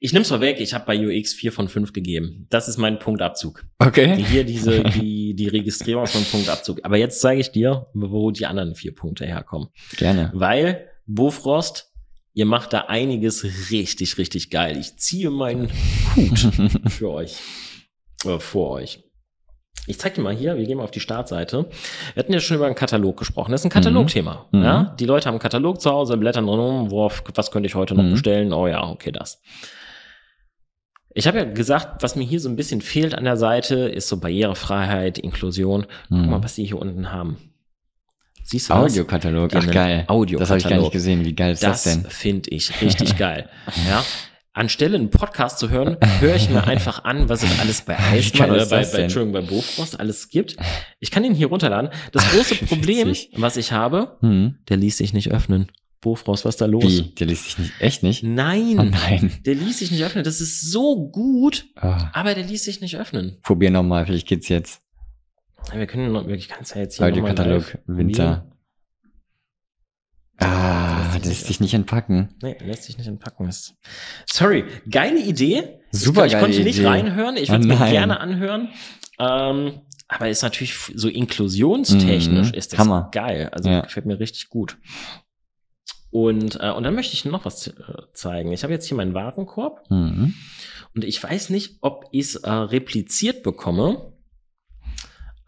S1: Ich nehme es vorweg, ich habe bei UX 4 von 5 gegeben. Das ist mein Punktabzug. Die-
S2: Okay.
S1: Hier diese, die, die Registrierung ist mein Punktabzug. Aber jetzt zeige ich dir, wo die anderen vier Punkte herkommen.
S2: Gerne.
S1: Weil, Bofrost, ihr macht da einiges richtig, richtig geil. Ich ziehe meinen Hut für euch. Äh, vor euch. Ich zeig dir mal hier, wir gehen mal auf die Startseite. Wir hatten ja schon über einen Katalog gesprochen. Das ist ein Katalogthema.
S2: Mhm.
S1: Ja? Die Leute haben einen Katalog zu Hause, blättern drin rum, worauf, was könnte ich heute noch
S2: Mhm.
S1: bestellen? Oh ja, okay, das. Ich habe ja gesagt, was mir hier so ein bisschen fehlt an der Seite, ist so Barrierefreiheit, Inklusion. Guck
S2: Mhm.
S1: mal, was die hier unten haben. Siehst du das?
S2: Audiokatalog.
S1: Die haben
S2: Ach
S1: einen
S2: geil. Das habe ich gar
S1: Audiokatalog.
S2: nicht gesehen. Wie geil ist das,
S1: Das,
S2: denn?
S1: finde ich richtig geil. Ja. Anstelle einen Podcast zu hören, höre ich mir einfach an, was es alles bei Eismann
S2: geil
S1: oder
S2: ist
S1: bei,
S2: das
S1: bei,
S2: denn?
S1: Entschuldigung, bei Bofrost alles gibt. Ich kann ihn hier runterladen. Das große Problem,
S2: witzig.
S1: was ich habe,
S2: Hm.
S1: der ließ sich nicht öffnen. Bofrost, was ist da los?
S2: Wie? Der liest sich nicht. Echt nicht?
S1: Nein,
S2: Oh nein.
S1: der ließ sich nicht öffnen. Das ist so gut,
S2: Oh.
S1: aber der ließ sich nicht öffnen.
S2: Probier nochmal, vielleicht geht's jetzt.
S1: Wir können noch, ich kann es ja jetzt hier nochmal live
S2: Audiokatalog, Winter.
S1: Das
S2: Ah, das
S1: lässt
S2: lässt
S1: sich
S2: dich nicht entpacken.
S1: Nee, lässt sich nicht entpacken. Ist- Sorry, geile Idee.
S2: Super
S1: ich, ich
S2: geile
S1: konnte nicht
S2: Idee.
S1: reinhören, ich
S2: Ah,
S1: würde es mir
S2: nein.
S1: gerne anhören. Ähm, aber ist natürlich f- so inklusionstechnisch
S2: Mhm,
S1: ist das
S2: Hammer.
S1: geil. Also
S2: Ja.
S1: gefällt mir richtig gut. Und, äh, und dann möchte ich noch was äh, zeigen. Ich habe jetzt hier meinen Warenkorb
S2: Mhm.
S1: und ich weiß nicht, ob ich es äh, repliziert bekomme.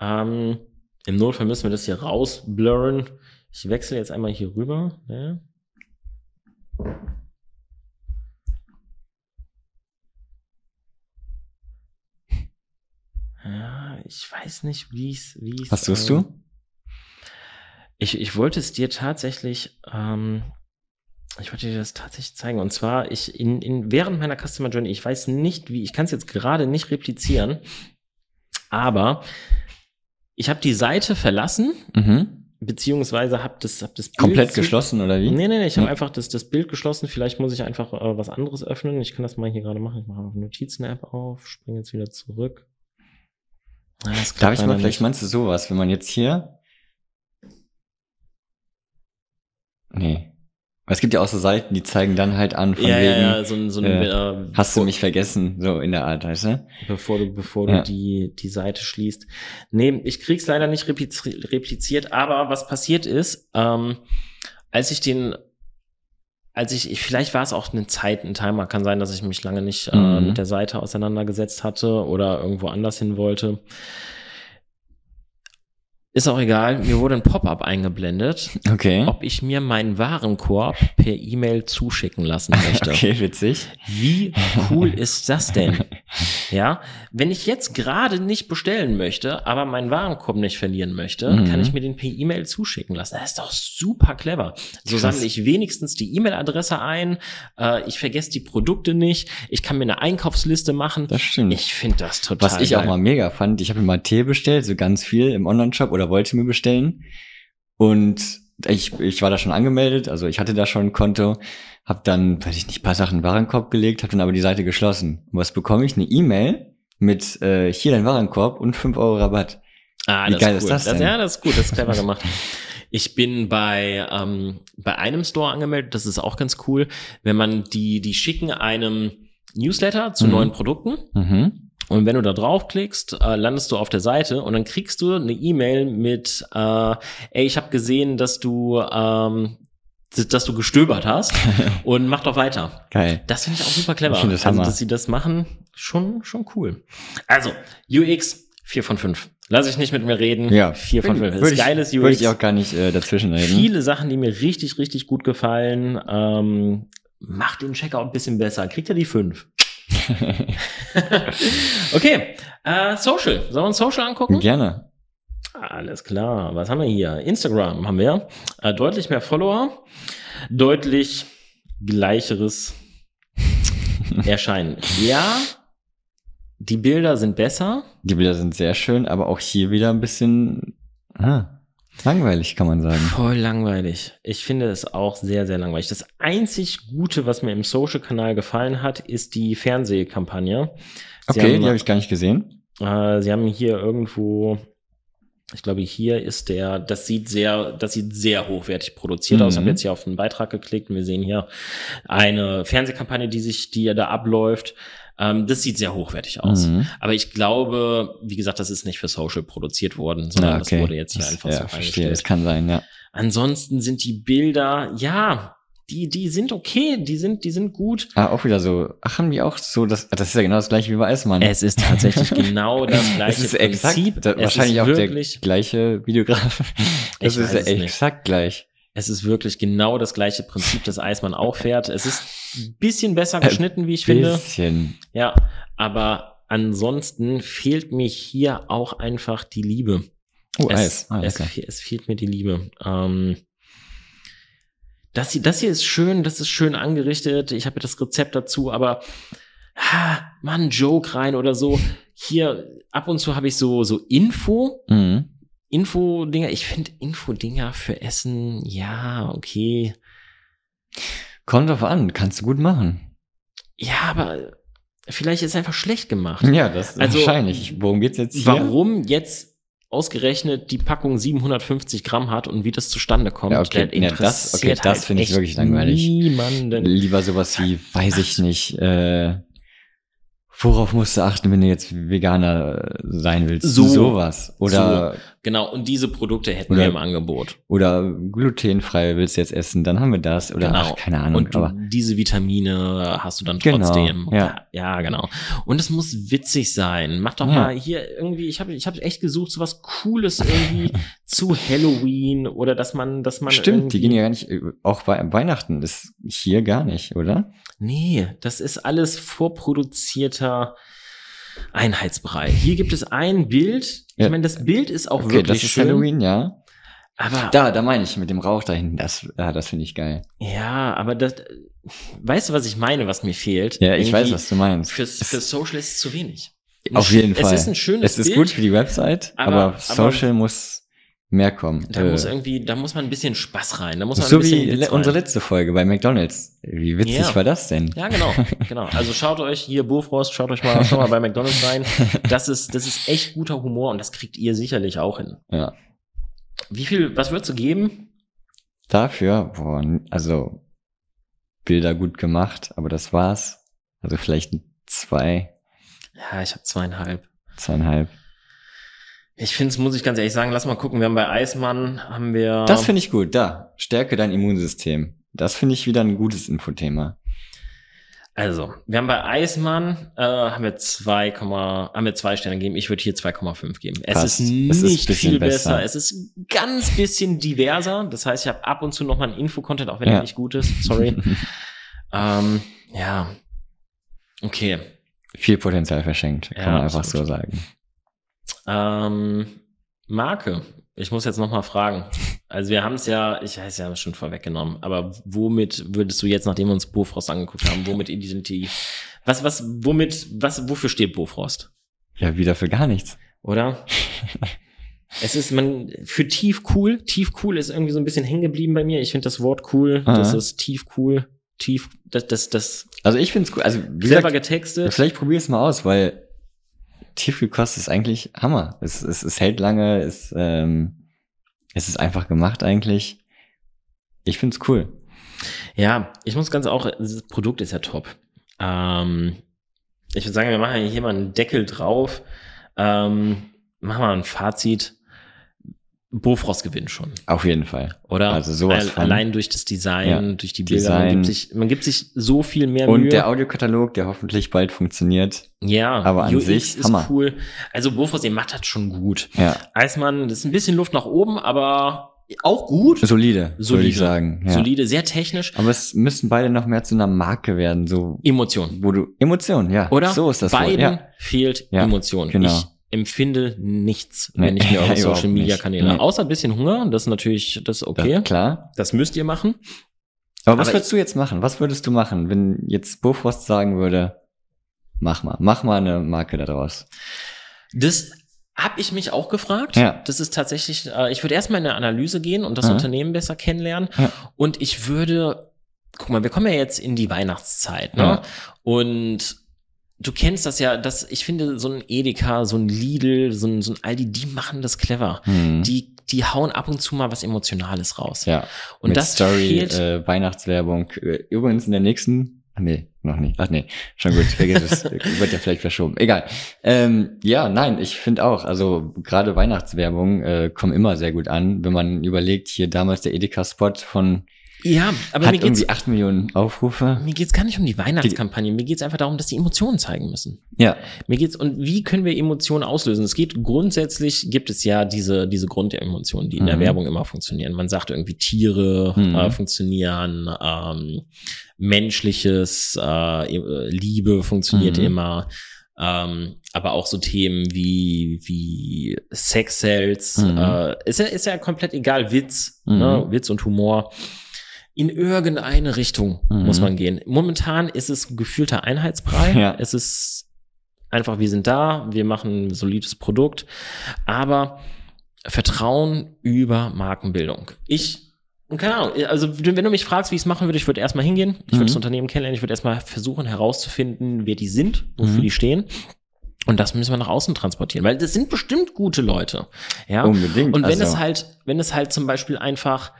S1: Ähm, Im Notfall müssen wir das hier rausblurren. Ich wechsle jetzt einmal hier rüber. Ja. Ja, ich weiß nicht, wie es. wie's,
S2: Was tust
S1: ähm,
S2: du?
S1: Ich, ich wollte es dir tatsächlich. Ähm, ich wollte dir das tatsächlich zeigen. Und zwar, ich in, in, während meiner Customer Journey, ich weiß nicht, wie, ich kann es jetzt gerade nicht replizieren, aber ich habe die Seite verlassen,
S2: Mhm.
S1: beziehungsweise habe das, hab das Bild
S2: Komplett
S1: zu-
S2: geschlossen Hm. oder wie?
S1: Nee, nee, nee, ich habe
S2: Nee.
S1: einfach das, das Bild geschlossen. Vielleicht muss ich einfach äh, was anderes öffnen. Ich kann das mal hier gerade machen. Ich mache eine Notizen-App auf, springe jetzt wieder zurück. Ah, das klappt
S2: Darf ich mal,
S1: leider
S2: vielleicht meinst du sowas, wenn man jetzt hier. Nee. Aber es gibt ja auch so Seiten, die zeigen dann halt an, von
S1: Ja, ja,
S2: wegen,
S1: ja, so ein- so ein,
S2: äh,
S1: äh,
S2: hast du mich vergessen, so in der Art, weißt du?
S1: Bevor du, bevor
S2: Ja.
S1: du die, die Seite schließt. Nee, ich krieg's leider nicht repliz- repliziert, aber was passiert ist, ähm, als ich den, als ich, ich vielleicht war es auch eine Zeit, ein Timer, kann sein, dass ich mich lange nicht äh,
S2: Mhm.
S1: mit der Seite auseinandergesetzt hatte oder irgendwo anders hin wollte. Ist auch egal, mir wurde ein Pop-up eingeblendet,
S2: Okay.
S1: ob ich mir meinen Warenkorb per E-Mail zuschicken lassen möchte.
S2: Okay, witzig.
S1: Wie cool ist das denn? Ja, wenn ich jetzt gerade nicht bestellen möchte, aber meinen Warenkorb nicht verlieren möchte,
S2: Mhm.
S1: kann ich mir den per E-Mail zuschicken lassen. Das ist doch super clever. So
S2: Krass.
S1: sammle ich wenigstens die E-Mail-Adresse ein. Äh, ich vergesse die Produkte nicht. Ich kann mir eine Einkaufsliste machen.
S2: Das stimmt.
S1: Ich finde das total.
S2: Was ich auch
S1: geil.
S2: mal mega fand, ich habe mir mal Tee bestellt, so ganz viel im Online-Shop oder wollte mir bestellen. Und ich, ich war da schon angemeldet, also ich hatte da schon ein Konto, habe dann, weiß ich nicht, ein paar Sachen in den Warenkorb gelegt, habe dann aber die Seite geschlossen. Und was bekomme ich? Eine E-Mail mit äh, hier dein Warenkorb und 5 Euro Rabatt.
S1: Ah,
S2: Wie
S1: das
S2: geil
S1: ist,
S2: ist
S1: cool.
S2: das denn?
S1: Ja, das ist gut, das ist clever gemacht. Ich bin bei, ähm, bei einem Store angemeldet, das ist auch ganz cool, wenn man die, die schicken einem Newsletter zu
S2: Mhm.
S1: neuen Produkten
S2: Mhm.
S1: und wenn du da draufklickst, äh, landest du auf der Seite und dann kriegst du eine E-Mail mit, äh, ey, ich habe gesehen, dass du, ähm, d- dass du gestöbert hast und mach doch weiter.
S2: Geil.
S1: Das finde ich auch super clever.
S2: Ich finde das
S1: also,
S2: Hammer.
S1: dass sie das machen, schon, schon cool. Also, UX 4 von 5. Lass ich nicht mit mir reden. 4 von 5. Das
S2: Würde
S1: ist
S2: ich,
S1: geiles
S2: Würde
S1: UX.
S2: ich auch gar nicht äh, dazwischen reden.
S1: Viele Sachen, die mir richtig, richtig gut gefallen. Ähm, macht den Checkout ein bisschen besser. Kriegt er die 5. okay. Äh, Social. Sollen wir uns Social angucken?
S2: Gerne.
S1: Alles klar. Was haben wir hier? Instagram haben wir. Äh, deutlich mehr Follower, deutlich gleicheres Erscheinen. Ja, die Bilder sind besser.
S2: Die Bilder sind sehr schön, aber auch hier wieder ein bisschen ah, langweilig, kann man sagen.
S1: Voll langweilig. Ich finde es auch sehr, sehr langweilig. Das einzig Gute, was mir im Social-Kanal gefallen hat, ist die Fernsehkampagne. Sie
S2: Okay,
S1: haben-
S2: die habe ich gar nicht gesehen.
S1: Äh, sie haben hier irgendwo, ich glaube, hier ist der, das sieht sehr, das sieht sehr hochwertig produziert aus. Ich
S2: Mhm.
S1: habe jetzt hier auf den Beitrag geklickt und wir sehen hier eine Fernsehkampagne, die sich, die ja da abläuft. Ähm, das sieht sehr hochwertig aus.
S2: Mhm.
S1: Aber ich glaube, wie gesagt, das ist nicht für Social produziert worden, sondern
S2: Ah,
S1: das wurde jetzt hier
S2: Das-
S1: einfach
S2: ja,
S1: so
S2: verstehe.
S1: eingestellt.
S2: Das kann sein, ja.
S1: Ansonsten sind die Bilder, ja, die, die sind okay, die sind, die sind gut.
S2: Ah, auch wieder so. Ach, haben die auch so, das, das ist ja genau das gleiche wie bei Eismann.
S1: Es ist tatsächlich genau das
S2: Das
S1: gleiche
S2: ist exakt,
S1: Prinzip.
S2: da,
S1: es
S2: wahrscheinlich
S1: ist
S2: auch der
S1: wirklich,
S2: gleiche Videograf. Das
S1: Ich weiß
S2: ist ja
S1: es nicht.
S2: exakt gleich.
S1: es ist wirklich genau das gleiche Prinzip, das Eismann auch fährt. Es ist
S2: Mhm.
S1: ein bisschen
S2: Äh,
S1: besser geschnitten, wie ich finde.
S2: Bisschen.
S1: Ja, aber ansonsten fehlt mir hier auch einfach die Liebe.
S2: Oh, Eis.
S1: es,
S2: Ah,
S1: es,
S2: lecker.
S1: fe- es fehlt mir die Liebe. Ähm, das, hier, das hier ist schön, das ist schön angerichtet. Ich habe das Rezept dazu, aber ha, mach einen Joke rein oder so. Hier ab und zu habe ich so, so Info.
S2: Mhm.
S1: Info-Dinger, ich finde Info-Dinger für Essen, ja, okay.
S2: Kommt drauf an, kannst du gut machen.
S1: Ja, aber vielleicht ist es einfach schlecht gemacht.
S2: Ja, das
S1: Also-
S2: wahrscheinlich. Ich- Worum geht's jetzt hier?
S1: Warum jetzt ausgerechnet die Packung 750 Gramm hat und wie das zustande kommt,
S2: Ja, okay.
S1: das
S2: Ja, das-
S1: interessiert
S2: okay, das
S1: halt
S2: finde ich
S1: echt
S2: wirklich langweilig.
S1: Niemanden.
S2: Lieber sowas wie, weiß ich nicht, äh, worauf musst du achten, wenn du jetzt Veganer sein willst?
S1: So.
S2: Sowas. Oder
S1: Genau, und diese Produkte hätten
S2: Oder-
S1: wir im Angebot.
S2: oder glutenfrei willst du jetzt essen, dann haben wir das oder
S1: genau.
S2: ach, keine Ahnung,
S1: Und
S2: aber
S1: diese Vitamine hast du dann
S2: Genau,
S1: trotzdem.
S2: ja.
S1: ja, genau. Und es muss witzig sein. Mach doch
S2: Ja.
S1: mal hier irgendwie, ich habe ich hab echt gesucht, so was Cooles irgendwie zu Halloween oder dass man, dass man.
S2: stimmt, die
S1: irgendwie-
S2: gehen ja gar nicht äh, auch bei Weihnachten ist hier gar nicht, oder?
S1: Nee, das ist alles vorproduzierter Einheitsbrei. Hier gibt es ein Bild.
S2: Ja.
S1: Ich meine, das Bild ist auch
S2: Okay,
S1: wirklich
S2: das ist
S1: schön.
S2: Halloween, ja.
S1: Aber
S2: Da, da meine ich mit dem Rauch da hinten, das ah, das finde ich geil.
S1: ja, aber das weißt du, was ich meine, was mir fehlt?
S2: Ja, ich weiß,
S1: Irgendwie
S2: was du meinst.
S1: Für, für Social ist es zu wenig.
S2: Auf jeden Fall.
S1: Es ist ein schönes
S2: es ist
S1: Bild.
S2: gut für die Website,
S1: aber-
S2: aber,
S1: aber-
S2: Social muss mehr kommen.
S1: Da
S2: Äh,
S1: muss irgendwie, da muss man ein bisschen Spaß rein. Da muss man ein
S2: so
S1: bisschen
S2: wie
S1: Witz
S2: le-
S1: rein.
S2: unsere letzte Folge bei McDonald's. Wie witzig
S1: Ja.
S2: war das denn?
S1: Ja, genau, genau. Also schaut euch hier Bofrost, schaut euch mal schon mal bei McDonald's rein. Das ist, das ist echt guter Humor und das kriegt ihr sicherlich auch hin.
S2: Ja.
S1: Wie viel, was würdest du geben?
S2: Dafür, boah, also Bilder gut gemacht, aber das war's. Also vielleicht zwei,
S1: Ja, ich habe zweieinhalb.
S2: zweieinhalb.
S1: Ich finde es, muss ich ganz ehrlich sagen, lass mal gucken. Wir haben bei Eismann, haben wir.
S2: Das finde ich gut, da. Stärke dein Immunsystem. Das finde ich wieder ein gutes Infothema.
S1: also, wir haben bei Eismann, äh, haben wir 2, haben wir zwei Sterne gegeben. Ich würde hier 2,5 geben. Es
S2: Passt.
S1: ist nicht
S2: Es ist ein bisschen
S1: viel besser.
S2: besser.
S1: Es ist ein ganz bisschen diverser. Das heißt, ich habe ab und zu noch mal einen Info-Content, auch wenn
S2: Ja.
S1: der nicht gut ist. Sorry. ähm, ja. Okay.
S2: Viel Potenzial verschenkt, kann
S1: Ja,
S2: man einfach
S1: absolut.
S2: so sagen.
S1: Ähm, Marke. Ich muss jetzt nochmal fragen. Also wir haben es ja, ich weiß ja schon vorweggenommen, aber womit würdest du jetzt, nachdem wir uns Bofrost angeguckt haben, womit Identity, was, was, womit, was, wofür steht Bofrost?
S2: Ja, wieder für gar nichts.
S1: Oder? es ist, man, für tief cool, tief cool ist irgendwie so ein bisschen hängen geblieben bei mir. Ich finde das Wort cool,
S2: Aha.
S1: das ist tief cool, tief, das, das, das,
S2: Also ich finde es cool. Also wie
S1: clever
S2: gesagt,
S1: getextet.
S2: vielleicht probier es mal aus, weil Tiefkühlkost ist eigentlich Hammer. Es, es, es hält lange, es, ähm, es ist einfach gemacht eigentlich. Ich finde es cool.
S1: Ja, ich muss ganz auch, das Produkt ist ja top. Ähm, ich würde sagen, wir machen hier mal einen Deckel drauf. Ähm, machen wir mal ein Fazit. Bofrost gewinnt schon,
S2: Auf jeden Fall.
S1: oder?
S2: Also sowas
S1: Al-
S2: von.
S1: Allein durch das Design,
S2: Ja,
S1: durch die Bilder. Man
S2: Design.
S1: gibt, sich, man gibt sich so viel mehr Mühe.
S2: Und der Audiokatalog, der hoffentlich bald funktioniert.
S1: ja,
S2: aber an sich
S1: ist
S2: Hammer.
S1: cool. Also Bofrost, ihr macht das schon gut.
S2: Ja,
S1: Eismann, das ist ein bisschen Luft nach oben, aber auch gut.
S2: solide, würde
S1: Solide.
S2: ich sagen. Ja.
S1: Solide, sehr technisch.
S2: Aber es müssen beide noch mehr zu einer Marke werden, so
S1: Emotionen.
S2: wo du Emotionen, ja.
S1: Oder?
S2: So ist das
S1: Beiden
S2: Wort. Ja.
S1: fehlt
S2: Ja,
S1: Emotion.
S2: genau.
S1: Ich empfinde nichts,
S2: Nee,
S1: wenn ich mir eure
S2: überhaupt
S1: Social Media
S2: nicht.
S1: Kanäle,
S2: Nee.
S1: außer ein bisschen Hunger, das ist natürlich, das ist okay.
S2: Ja,
S1: Das,
S2: klar.
S1: müsst ihr machen.
S2: Aber was
S1: Aber
S2: würdest du jetzt machen? Was würdest du machen, wenn jetzt Bofrost sagen würde, mach mal, mach mal eine Marke daraus?
S1: Das habe ich mich auch gefragt.
S2: Ja.
S1: Das ist tatsächlich, äh, ich würde erstmal in eine Analyse gehen und das
S2: Mhm.
S1: Unternehmen besser kennenlernen.
S2: Ja.
S1: Und ich würde, guck mal, wir kommen ja jetzt in die Weihnachtszeit, ne?
S2: Ja.
S1: Und du kennst das ja, dass ich finde, so ein Edeka, so ein Lidl, so ein, so ein Aldi, die machen das clever.
S2: Hm.
S1: Die, die hauen ab und zu mal was Emotionales raus.
S2: ja.
S1: Und
S2: Mit
S1: das
S2: Story,
S1: fehlt.
S2: äh, Weihnachtswerbung. Äh, Übrigens in der nächsten. Ach nee, noch nicht. Ach nee, schon gut. Vergiss es. äh, Wird ja vielleicht verschoben. Egal. Ähm, ja, nein, ich finde auch. Also gerade Weihnachtswerbung äh, kommen immer sehr gut an, wenn man überlegt, hier damals der Edeka-Spot von
S1: ja, aber
S2: hat
S1: mir geht's,
S2: irgendwie acht Millionen Aufrufe.
S1: mir geht's gar nicht um die Weihnachtskampagne. Mir geht's einfach darum, dass die Emotionen zeigen müssen.
S2: Ja,
S1: Mir geht's, und wie können wir Emotionen auslösen? Es geht grundsätzlich, gibt es ja diese, diese Grundemotionen, die in der
S2: Mhm.
S1: Werbung immer funktionieren. Man sagt irgendwie Tiere
S2: Mhm.
S1: äh, funktionieren, ähm, menschliches, äh, äh, Liebe funktioniert
S2: Mhm.
S1: immer. Ähm, aber auch so Themen wie, wie Sex Sales,
S2: Mhm.
S1: äh, ist, ja, ist ja komplett egal, Witz,
S2: Mhm.
S1: ne? Witz und Humor. In irgendeine Richtung
S2: Mhm.
S1: muss man gehen. Momentan ist es ein gefühlter Einheitsbrei.
S2: Ja.
S1: Es ist einfach, wir sind da, wir machen ein solides Produkt, aber Vertrauen über Markenbildung. Ich, und keine Ahnung, also wenn du mich fragst, wie ich es machen würde, ich würde erstmal hingehen, ich würde
S2: Mhm.
S1: das Unternehmen kennenlernen, ich würde erstmal versuchen herauszufinden, wer die sind, wofür
S2: Mhm.
S1: die stehen. Und das müssen wir nach außen transportieren, weil das sind bestimmt gute Leute. Ja.
S2: unbedingt.
S1: Und wenn
S2: also,
S1: es halt, wenn es halt zum Beispiel einfach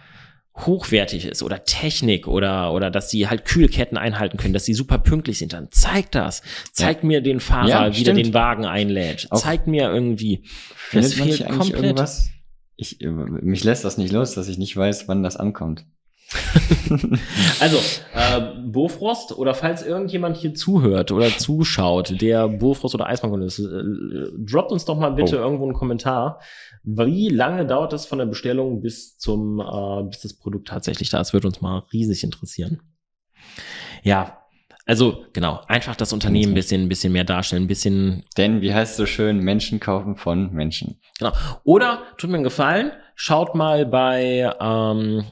S1: hochwertig ist oder Technik oder, oder dass sie halt Kühlketten einhalten können, dass sie super pünktlich sind, dann zeigt das. Zeigt mir den Fahrer,
S2: Ja,
S1: wie der
S2: stimmt.
S1: den Wagen einlädt.
S2: Auch-
S1: zeigt mir irgendwie.
S2: findet
S1: es
S2: man
S1: fehlt
S2: nicht eigentlich
S1: komplett.
S2: irgendwas? Ich, äh, mich lässt das nicht los, dass ich nicht weiß, wann das ankommt.
S1: Also, äh, Bofrost oder falls irgendjemand hier zuhört oder zuschaut, der Bofrost oder Eismann ist, äh, droppt uns doch mal bitte
S2: Oh.
S1: irgendwo einen Kommentar. Wie lange dauert das von der Bestellung bis zum, äh, bis das Produkt tatsächlich da ist? Würde uns mal riesig interessieren. Ja. Also, genau, einfach das Unternehmen ein bisschen, ein bisschen mehr darstellen, ein bisschen,
S2: Denn, wie heißt es so schön, Menschen kaufen von Menschen.
S1: genau. Oder, tut mir einen Gefallen, schaut mal bei, ähm,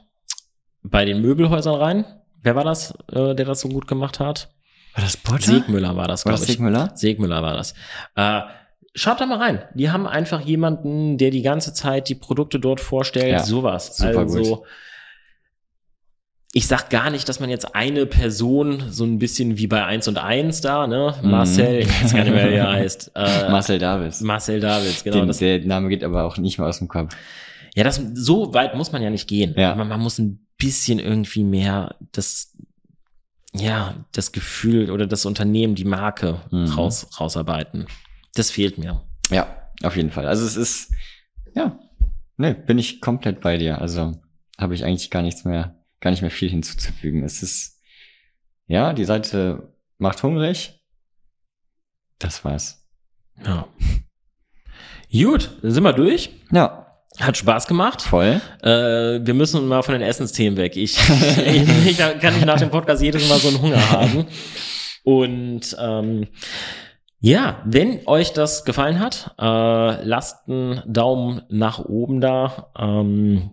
S1: bei den Möbelhäusern rein. Wer war das, äh, der das so gut gemacht hat?
S2: War das Potter?
S1: Siegmüller war das,
S2: War
S1: glaube
S2: das
S1: ich.
S2: Siegmüller?
S1: Siegmüller war das. Äh, schaut da mal rein. Die haben einfach jemanden, der die ganze Zeit die Produkte dort vorstellt.
S2: Ja,
S1: sowas.
S2: super
S1: also,
S2: gut.
S1: ich sag gar nicht, dass man jetzt eine Person so ein bisschen wie bei 1 und 1 da, ne?
S2: Mhm.
S1: Marcel, ich weiß gar nicht mehr, wie er heißt. Äh,
S2: Marcel Davis.
S1: Marcel Davids, genau.
S2: Den,
S1: Das,
S2: der Name geht aber auch nicht mehr aus dem Kopf.
S1: ja, das, so weit muss man ja nicht gehen.
S2: Ja.
S1: Man, man muss ein bisschen irgendwie mehr das ja, das Gefühl oder das Unternehmen, die Marke raus, rausarbeiten. Das fehlt mir.
S2: Ja, auf jeden Fall. Also es ist, ja, ne, bin ich komplett bei dir. Also habe ich eigentlich gar nichts mehr, gar nicht mehr viel hinzuzufügen. Es ist, ja, die Seite macht hungrig. Das war's.
S1: Ja. Gut, sind wir durch.
S2: Ja,
S1: Hat Spaß gemacht.
S2: voll.
S1: Äh, wir müssen mal von den Essensthemen weg. Ich, ich, ich kann nicht nach dem Podcast jedes Mal so einen Hunger haben. Und ähm, ja, wenn euch das gefallen hat, äh, lasst einen Daumen nach oben da. Ähm,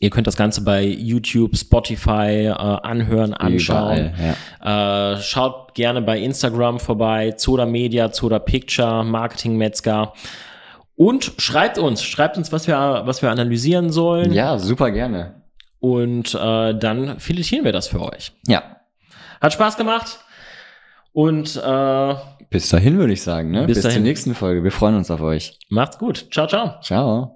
S1: ihr könnt das Ganze bei YouTube, Spotify äh, anhören, anschauen.
S2: Überall, ja.
S1: Äh, schaut gerne bei Instagram vorbei, Zoda Media, Zoda Picture, Marketing Metzger. Und schreibt uns, schreibt uns, was wir, was wir analysieren sollen.
S2: ja, super gerne.
S1: Und äh, dann filetieren wir das für euch.
S2: Ja,
S1: Hat Spaß gemacht. Und äh,
S2: bis dahin würde ich sagen, ne?
S1: Bis
S2: bis zur
S1: dahin.
S2: nächsten Folge. Wir freuen uns auf euch.
S1: macht's gut. Ciao, ciao.
S2: Ciao.